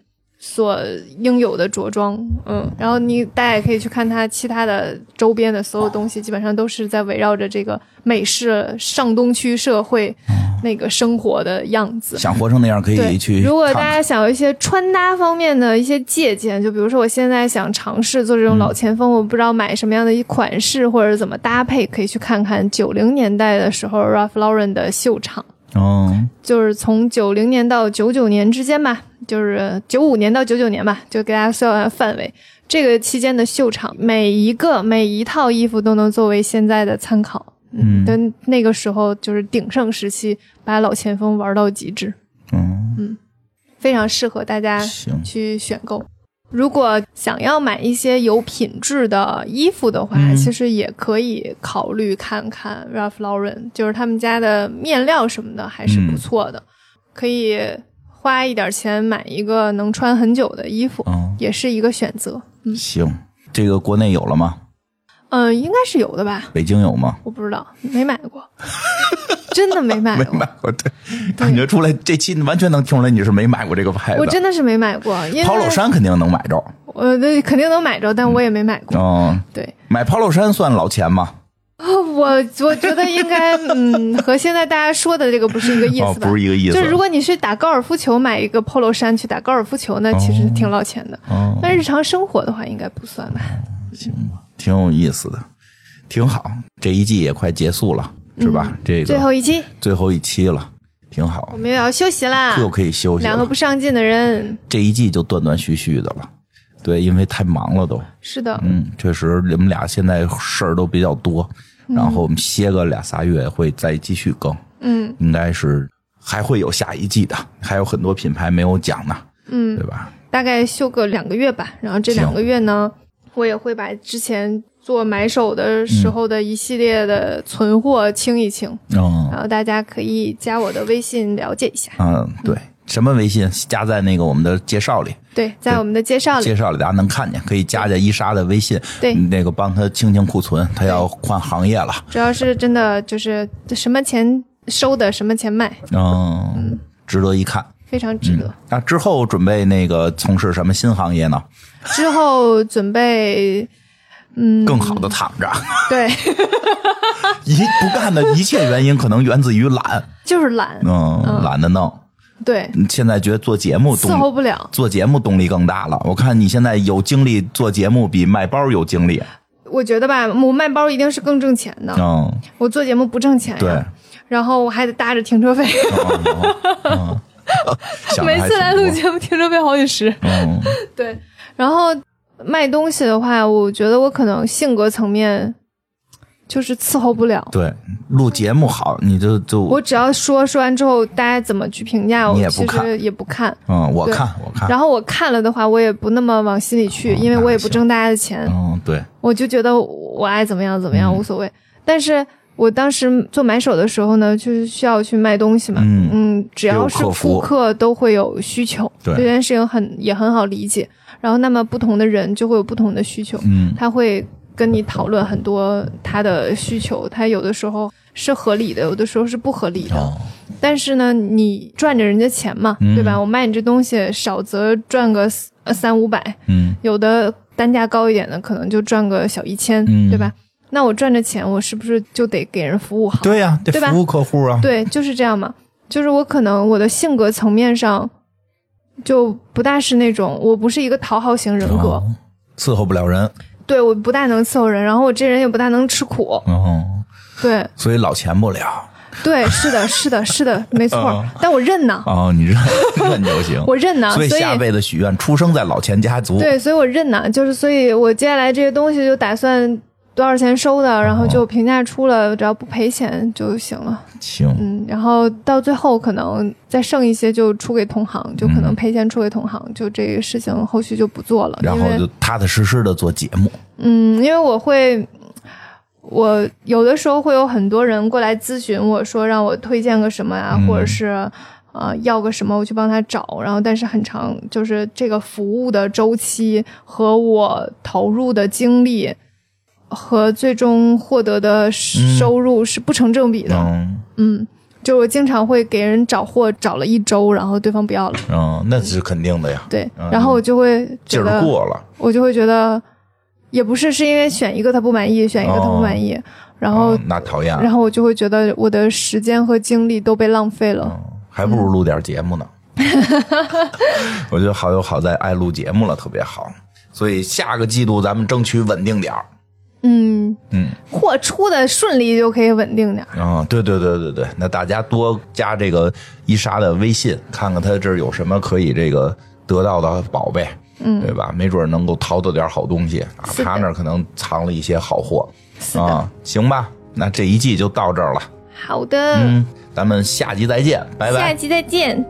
A: 所应有的着装，嗯，然后你大家也可以去看它其他的周边的所有东西，基本上都是在围绕着这个美式上东区社会
B: 哦
A: 那个生活的样子。
B: 想活成那样可
A: 对，
B: 以去看看。
A: 如果大家想有一些穿搭方面的一些借鉴，就比如说我现在想尝试做这种
B: 嗯
A: 老前锋，我不知道买什么样的一款式或者怎么搭配，可以去看看九零年代的时候 Ralph Lauren 的秀场，
B: 哦，
A: 就是从九零年到九九年之间吧，就是九五年到九九年吧，就给大家算算范围。这个期间的秀场，每一个每一套衣服都能作为现在的参考。嗯，但那个时候就是鼎盛时期，把老前锋玩到极致。
B: 嗯，
A: 非常适合大家
B: 行
A: 去选购。如果想要买一些有品质的衣服的话，
B: 嗯
A: 其实也可以考虑看看 Ralph Lauren，就是他们家的面料什么的还是不错的，
B: 嗯
A: 可以花一点钱买一个能穿很久的衣服，
B: 哦
A: 也是一个选择。
B: 行，这个国内有了吗？
A: 嗯、应该是有的吧，
B: 北京有吗？
A: 我不知道，没买 过，真的没买
B: 没
A: 过。
B: 买过，对，感觉出来这期完全能听出来你是没买过这个牌
A: 我
B: 子。
A: 真的是没买过，因为
B: Polo 衫肯定能买着
A: 我那肯定能买着，但我也没买过。
B: 嗯哦，
A: 对，
B: 买 Polo 衫算老钱吗？
A: 我我觉得应该，嗯，和现在大家说的这个不是一个意
B: 哦
A: 思，吧？
B: 不是一个意思。
A: 就是如果你去打高尔夫球，买一个 polo 衫去打高尔夫球，那其实挺老钱的。
B: 哦嗯
A: 但日常生活的话，应该不算吧？
B: 挺有意思的，挺好。这一季也快结束了，是吧？这个
A: 嗯最后一期
B: 最后一期了，挺好
A: 我，们又要休息啦，
B: 又可以休息
A: 啊两个
B: 了
A: 不。上进的人，
B: 这一季就断断续续的了，对，因为太忙了都。
A: 是的，
B: 嗯，确实，你们俩现在事儿都比较多，然后我们歇个俩仨月会再继续更，
A: 嗯
B: 应该是还会有下一季的，还有很多品牌没有讲呢，
A: 嗯
B: 对，吧？
A: 大概休个两个月吧。然后这两个月呢，我也会把之前做买手的时候的一系列的存货清一清，
B: 嗯
A: 然后大家可以加我的微信了解一下。
B: 嗯，对，什么微信加在那个我们的介绍里，
A: 对，在我们的介绍里
B: 介绍里大家能看见，可以加加伊莎的微信，
A: 对
B: 那个帮她清清库存，她要换行业了，
A: 主要是真的就是什么钱收的，什么钱卖，
B: 嗯，值得一看。
A: 非常值得。
B: 那之后准备那个从事什么新行业呢？
A: 之后准备，嗯
B: 更好的躺着。
A: 对，
B: 一不干的一切原因可能源自于懒，
A: 就是懒，
B: 嗯，懒得弄。
A: 对，
B: 现在觉得做节目
A: 伺候
B: 动
A: 不了。
B: 做节目动力更大了。我看你现在有精力做节目，比卖包有精力。
A: 我觉得吧，我卖包一定是更挣钱的，
B: 嗯，
A: 我做节目不挣哦哎 钱呀。
B: 对，嗯
A: 然后我还得搭着停车费，
B: 想 得
A: 每
B: 还
A: 次来
B: 挺
A: 录
B: 多
A: 节目停车费好几十。
B: 嗯
A: 对，然后卖东西的话，我觉得我可能性格层面就是伺候不了。
B: 对，录节目好，你就就
A: 我只要说说完之后，大家怎么去评价，
B: 你
A: 我
B: 也不
A: 其实
B: 看
A: 也不看。
B: 嗯，我
A: 对
B: 看我看，
A: 然后我看了的话，我也不那么往心里去，因为我也不挣大家的钱，
B: 哦嗯，对，
A: 我就觉得我爱怎么样怎么样无所谓。但是我当时做买手的时候呢，就是需要去卖东西嘛，
B: 嗯
A: 只要是
B: 有客服
A: 顾客都会有需求，
B: 对
A: 这件事情很也很好理解。然后那么不同的人就会有不同的需求，
B: 嗯
A: 他会跟你讨论很多他的需求，他有的时候是合理的，有的时候是不合理的。
B: 哦，嗯
A: 但是呢，你赚着人家钱嘛，对吧？我卖你这东西，少则赚个四呃三五百，
B: 嗯
A: 有的单价高一点的，可能就赚个小一千，
B: 嗯
A: 对吧？那我赚着钱，我是不是就得给人服务好？
B: 对呀，得
A: 对吧
B: 服务客户啊，
A: 对，就是这样嘛。就是我可能我的性格层面上就不大是那种，我不是一个讨好型人格，
B: 哦伺候不了人，
A: 对我不大能伺候人，然后我这人也不大能吃苦，
B: 嗯，
A: 对
B: 所以老钱不了。
A: 对，是的，是的，是的，没
B: 嗯
A: 错儿，但我认呢，
B: 哦，你认认就行。
A: 我认呢，
B: 所
A: 所
B: 以下辈子许愿，出生在老钱家族。
A: 对，所以我认呐，就是所以我接下来这些东西就打算多少钱收的，然后
B: 哦
A: 就评价出了，只要不赔钱就行了。
B: 行，
A: 嗯，然后到最后可能再剩一些就出给同行，就可
B: 嗯
A: 能赔钱出给同行，就这个事情后续就不做了。
B: 然后
A: 因为
B: 就踏踏实实的做节目。
A: 嗯，因为我会，我有的时候会有很多人过来咨询我说让我推荐个什么啊，或者是呃要个什么，我去帮他找。然后，但是很长，就是这个服务的周期和我投入的精力和最终获得的收入是不成正比的。
B: 嗯
A: 就我经常会给人找货，找了一周，然后对方不要了，
B: 嗯，那是肯定的呀，
A: 对，然后我就会觉
B: 劲儿
A: 得。
B: 过了。
A: 我就会觉得，也不是是因为选一个他不满
B: 哦
A: 意，选一个他不满意，然后、
B: 嗯那讨厌了，
A: 然后我就会觉得我的时间和精力都被浪费
B: 哦
A: 了。
B: 嗯还不如录点节目呢。
A: 嗯
B: 我觉得好就好在爱录节目了，特别好。所以下个季度咱们争取稳定点儿。
A: 嗯，
B: 嗯，
A: 货出的顺利就可以稳定点儿。
B: 啊、对对对对对，那大家多加这个伊莎的微信，看看她这儿有什么可以这个得到的宝贝，嗯，对吧？没准儿能够淘到点好东西啊，
A: 是的
B: 她那儿可能藏了一些好货
A: 是的，
B: 啊，行吧？那这一季就到这儿了，
A: 好的，
B: 嗯嗯，咱们下集再见，拜拜。
A: 下期再见。